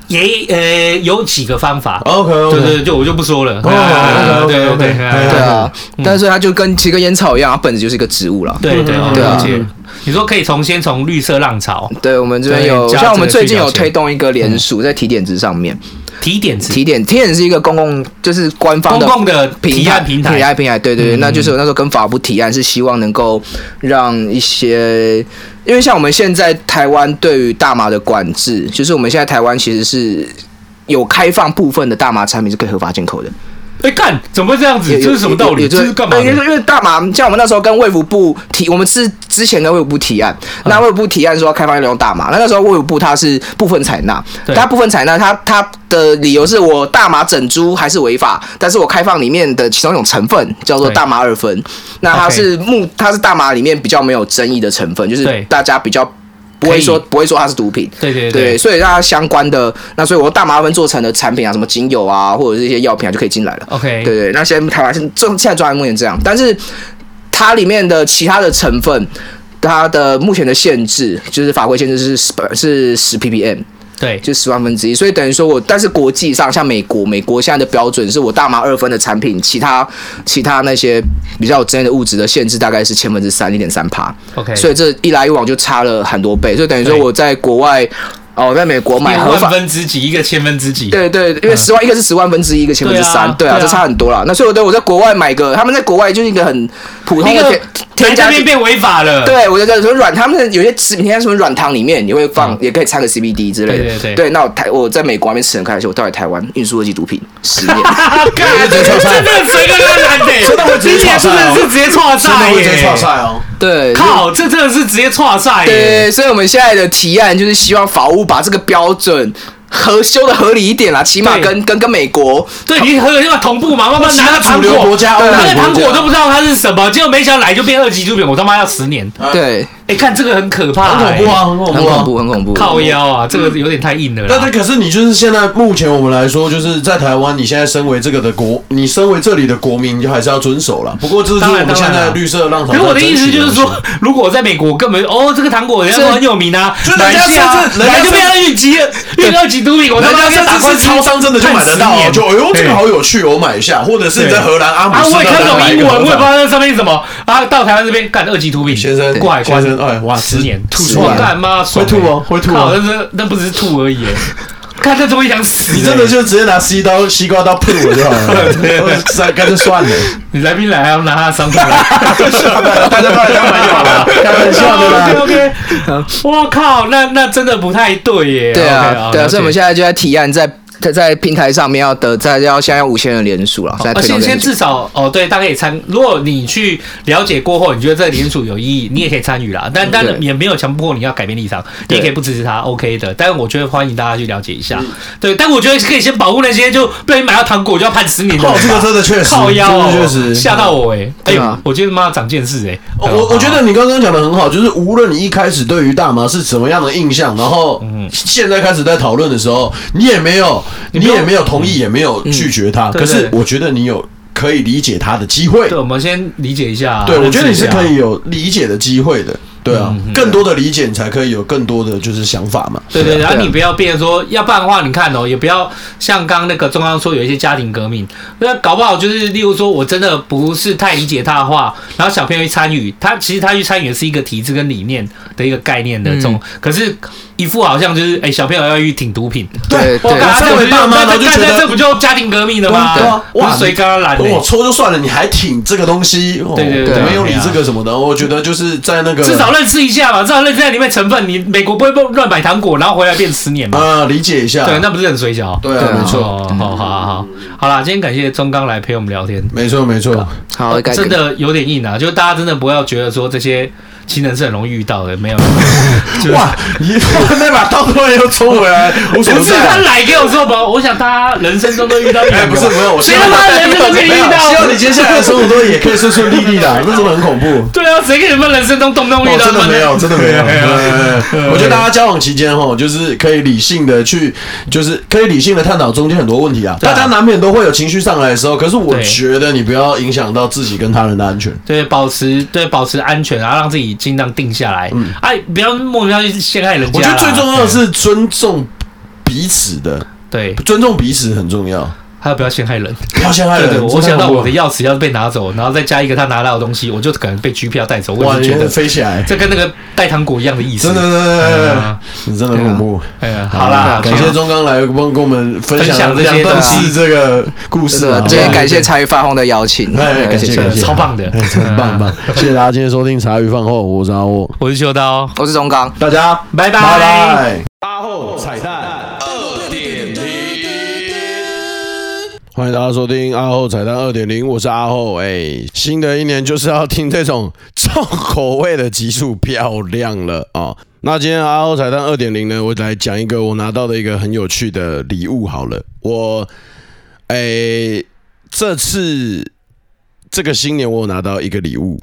也呃有几个方法， ？OK 对 OK，对，对就我就不说了。哦对对 OK，OK，OK，对嗯对得对啊，但是它就跟其实跟烟草一样，它本质就是一个植物啦。对对嗯对啊了解。你说可以从先从绿色浪潮对，我们这边对有，加像我们这个最近去有了解推动一个联嗯署在提点子上面，提点子提点提点是一个公共，就是官方公的共的平提案平平台，嗯台平台，对对对，那就是我那时候跟法务部提案是希望能够让一些，因为像我们现在台湾对于大麻的管制，就是我们现在台湾其实是。有开放部分的大麻产品是可以合法进口的，哎干，怎么会这样子？也这是什么道理？这是干嘛呃因的？为因为大麻，像我们那时候跟卫福部提，我们是之前跟卫福部提案，嗯那卫福部提案说要开放医疗大麻，那那时候卫福部它是部分采纳，对它部分采纳，它它的理由是我大麻整株还是违法，但是我开放里面的其中一种成分叫做对大麻二酚，那它 OK 是木，它是大麻里面比较没有争议的成分，就是对大家比较不可会以说不会说它是毒品，对对对，对，所以它相关的那所以我大麻酚做成的产品啊，什么精油啊，或者是一些药品啊，就可以进来了。 OK，对对，那现在台湾是这现在状态目前这样，但是它里面的其他的成分，它的目前的限制就是法规限制是十是十 ppm，对就十万分之一，所以等于说我，但是国际上像美国，美国现在的标准是我大麻二分的产品，其他其他那些比较有争议的物质的限制大概是千分之三一点三帕， OK，所以这一来一往就差了很多倍，所以等于说对我在国外哦，在美国买一个合万法分之几，一个千分之几，对对，因为十万、一个是十万分之一，一个千分之三，对嗯对啊啊，对啊这差很多啦。那所以我对我在国外买个，他们在国外就是一个很普通一的个添添加来这边剂。变违法了。对，我就在说软，他们有些食品添加什么软糖里面，你会放，嗯也可以掺个 CBD 之类的。对对对那我台我在美国那边吃很开心，我到底台湾运输二级毒品十年，啊， 干，真的真的随个烂烂的，真的 会直接今年岔赛真哦的是直接错真的赛会直接耶错！赛哦。 对，靠，这真的是直接错赛耶！对，所以我们现在的提案就是希望法务把这个标准合修的合理一点啦，起码对跟跟跟美国对，你和人家同步嘛，慢慢拿其他到主糖流果国家欧美拿个国糖家果都不知道它是什么，结果没想到来就变二级毒品，我他妈要十年！对，哎，看这个很可怕，哎很恐怖啊，很恐很怖啊恐。怖，很恐怖。靠腰啊，这个有点太硬了那那啦。可是你就是现在目前我们来说，就是在台湾，你现在身为这个的国，你身为这里的国民，你就还是要遵守了。不过这是当我然们现当然在啦绿色浪潮。可是我的意思就是说，，如果我在美国，我根本哦，这个糖果人家说很有名啊，就买人一家下啊甚，至人家来就甚变二级，变二级毒品，我他人妈家要甚打至官是司超商真的就买得到判十哦，年就哎呦这对个好有趣，我买一下。或者是你在荷兰阿姆啊，斯我特也看不丹懂买一英个文，口我也不知罩道那上面是什么啊。到台湾这边干二级毒品，先生怪先生哎哇十年吐十出年来干妈爽会吐哦会吐哦靠那是那不只是吐而 已耶，看这怎么想死？欸你真的就直接拿西刀、西瓜刀喷我就好 了， 干干脆算了。你来宾来还要拿他的商品来？大家把当朋友啦，开玩笑的 OK 啦。 OK，我靠，那那真的不太对耶。对 OK，啊好，对啊，所以我了们解现在就在提案，在在在平台上面要得，在要现在要五千人联署了，在而推动且这件先事。至少哦，对，大家也参。如果你去了解过后，你觉得这个联署有意义，你也可以参与啦。但但对也没有强迫你要改变立场，你对也可以不支持他，OK 的。但我觉得欢迎大家去了解一下。嗯对，但我觉得可以先保护那些就不然买到糖果就要判十年的人哦吧。，这个真的确实，靠腰哦真的确实吓到我哎！哎对啊，我今天妈长见识哎！哦我我觉得你刚刚讲的很好，就是无论你一开始对于大麻是什么样的印象，然后现在开始在讨论的时候，你也没有，嗯你你不用也没有同意，也没有拒绝他。对可是对我觉得你有可以理解他的机会对，，我们先理解一嗯下。对我觉得你是可以认识一下。有理解的机会的。对啊，更多的理解你才可以有更多的就是想法嘛。对对，然后对啊你不要变成说，要不然的话，你看哦，也不要像刚刚那个中央说有一些家庭革命，那搞不好就是，例如说我真的不是太理解他的话，然后小朋友去参与，他其实他去参与的是一个体制跟理念的一个概念的嗯这种，可是一副好像就是，哎，小朋友要去挺毒品，对我对刚哇才那身我为就哎爸妈，那然后就那觉那得这不就家庭革命了吗？对啊哇哇，谁刚刚来的？我哦抽就算了，你还挺这个东西，哦对对对没有理对啊这个什么的。我觉得就是在那个至少认识一下嘛，至少认识一下里面成分。你美国不会乱买糖果，然后回来变十年嘛？啊理解一下，对，那不是很水饺？对对啊，啊没错，哦，好好好好，好啦，今天感谢钟刚来陪我们聊天，没错，没啊错。好，改哦真的有点硬啊，就大家真的不要觉得说这些情人是很容易遇到的，没 有，哇，你 那把刀突然又抽回来，无所不不是他在。来给我说吧，我想大家人生中都遇到一哎，两个吧，不是，没有，我谁希望他妈人生都可以没遇有到希？望你接下来的生活都也可以顺顺利利的，那真的很恐怖。对啊，谁跟你们人生中动不动 遇哦，到？真的没有，真的没有。 对啊我觉得大家交往期间哈，就是可以理性的去，就是可以理性的探讨中间很多问题啊。对啊大家难免都会有情绪上来的时候，可是我对觉得你不要影响到自己跟他人的安全。对，保持对保持安全，然啊后让自己尽量定下来。哎，不要莫名其妙去陷害人家嗯我啊啦。觉得最重要的是尊重彼此的，对，对尊重彼此很重要，还有不要陷害 人。不要陷害对对，人。我想到我的真钥匙要是被拿走，然后再加一个他拿到的东西，我就可能被拘票带走。的我哇，就你觉得飞起来，这跟那个带糖果一样的意思。真的，真的真的真的嗯，你真的很恐怖。哎呀，好啦，感谢钟刚来帮跟我们分分享享这些段东西是这个故真事啊的，，今好不天好感谢茶余饭后的邀请，哎，感谢谢感谢谢，超棒的哎很棒很棒，谢谢大家今天收听茶余饭后，我是阿沃，我是秋刀，我是钟刚。大家拜拜。拜拜。八后彩蛋二点零，欢迎大家收听阿后彩蛋二点零，我是阿后。哎，新的一年就是要听这种重口味的集数，漂亮了啊！哦那今天阿后彩蛋二点零呢，我来讲一个我拿到的一个很有趣的礼物好了，我哎这次这个新年我有拿到一个礼物，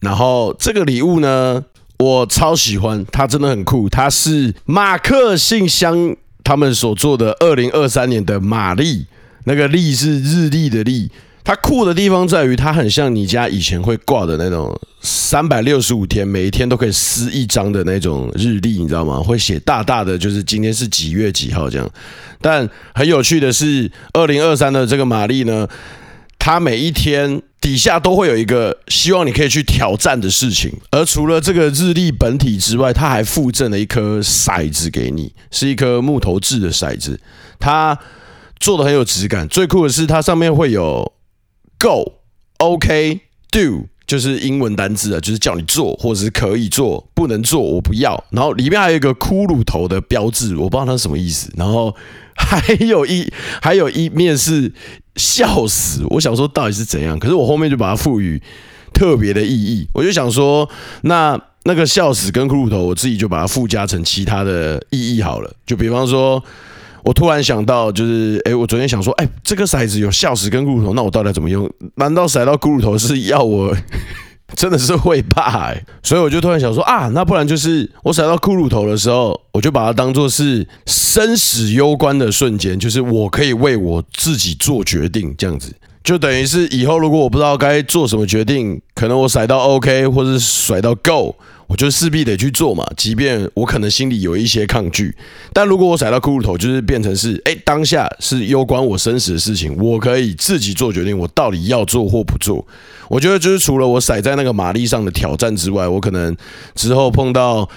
然后这个礼物呢，我超喜欢，它真的很酷，它是马克信箱他们所做的二零二三年的马力，那个力是日历的历。它酷的地方在于，它很像你家以前会挂的那种三百六十五天，每一天都可以撕一张的那种日历，你知道吗？会写大大的，就是今天是几月几号这样。但很有趣的是，二零二三的这个玛丽呢，它每一天底下都会有一个希望你可以去挑战的事情。而除了这个日历本体之外，它还附赠了一颗骰子给你，是一颗木头制的骰子。它做的很有质感，最酷的是它上面会有 Go、OK、Do。就是英文单字啊，就是叫你做，或者是可以做，不能做我不要。然后里面还有一个骷髅头的标志，我不知道它是什么意思。然后还有一还有一面是笑死，我想说到底是怎样，可是我后面就把它赋予特别的意义，我就想说，那那个笑死跟骷髅头，我自己就把它附加成其他的意义好了，就比方说。我突然想到，就是哎，我昨天想说，哎，这个骰子有笑死跟骷髅头，那我到底要怎么用？难道骰到骷髅头是要我 真的是会怕哎、所以我就突然想说啊，那不然就是我甩到骷髅头的时候，我就把它当做是生死攸关的瞬间，就是我可以为我自己做决定，这样子，就等于是以后如果我不知道该做什么决定，可能我甩到 OK 或者甩到 Go，我就势必得去做嘛，即便我可能心里有一些抗拒，但如果我甩到骷髅头，就是变成是哎、当下是攸关我生死的事情，我可以自己做决定，我到底要做或不做。我觉得就是除了我甩在那个马力上的挑战之外，我可能之后碰到，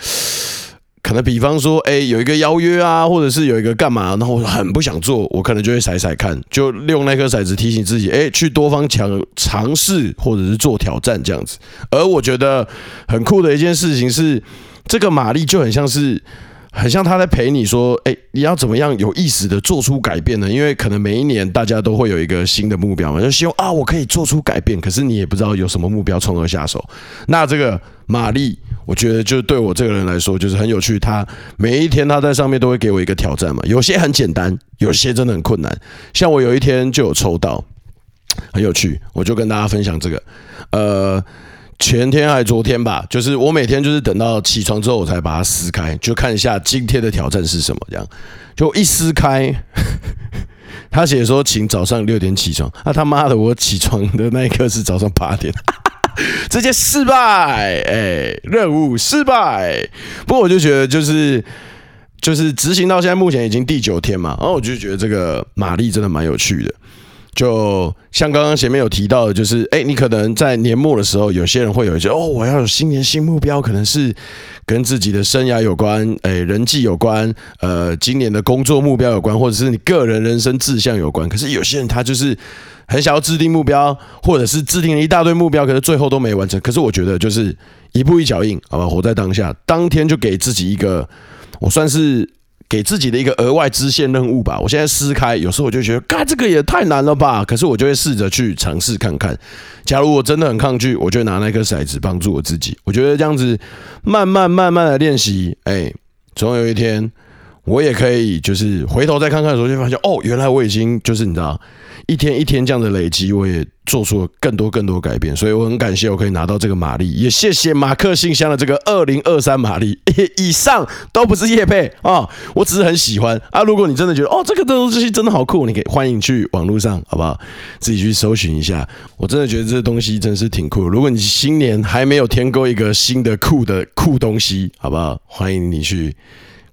可能比方说，哎、有一个邀约啊，或者是有一个干嘛，然后我很不想做，我可能就会甩甩看，就利用那颗骰子提醒自己，哎、去多方强尝试或者是做挑战这样子。而我觉得很酷的一件事情是，这个马力就很像是。很像他在陪你说，哎、你要怎么样有意识的做出改变呢？因为可能每一年大家都会有一个新的目标嘛，就希望啊，我可以做出改变，可是你也不知道有什么目标从何下手。那这个玛丽，我觉得就对我这个人来说就是很有趣，他每一天他在上面都会给我一个挑战嘛，有些很简单，有些真的很困难。像我有一天就有抽到，很有趣，我就跟大家分享这个，呃。前天还昨天吧，就是我每天就是等到起床之后我才把它撕开，就看一下今天的挑战是什么。这样，就一撕开， 他写说请早上六点起床，啊他妈的，我起床的那一刻是早上八点，直接失败，哎、任务失败。不过我就觉得就是。就是执行到现在，目前已经第九天嘛，然后我就觉得这个玛丽真的蛮有趣的。就像刚刚前面有提到的，就是哎、诶你可能在年末的时候，有些人会有一些哦，我要有新年新目标，可能是跟自己的生涯有关，哎、人际有关，呃，今年的工作目标有关，或者是你个人人生志向有关。可是有些人他就是很想要制定目标，或者是制定了一大堆目标，可是最后都没完成。可是我觉得就是一步一脚印，好吧，活在当下，当天就给自己一个，我算是给自己的一个额外支线任务吧。我现在撕开，有时候我就觉得，干这个也太难了吧。可是我就会试着去尝试看看。假如我真的很抗拒，我就拿那颗骰子帮助我自己。我觉得这样子慢慢慢慢的练习，哎，总有一天我也可以，就是回头再看看的时候，就发现哦，原来我已经就是你知道，一天一天这样的累积，我也做出了更多更多改变。所以我很感谢我可以拿到这个玛丽，也谢谢马克信箱的这个二零二三玛丽。以上都不是叶配啊、我只是很喜欢啊。如果你真的觉得哦，这个东西真的好酷，你可以欢迎去网络上好不好？自己去搜寻一下。我真的觉得这东西真是挺酷的。如果你新年还没有添购一个新的酷的酷东西，好不好？欢迎你去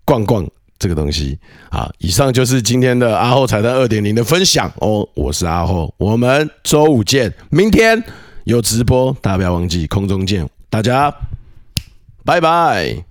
逛逛这个东西。好，以上就是今天的阿后彩蛋二点零的分享哦。我是阿后，我们周五见，明天有直播，大家不要忘记空中见，大家拜拜。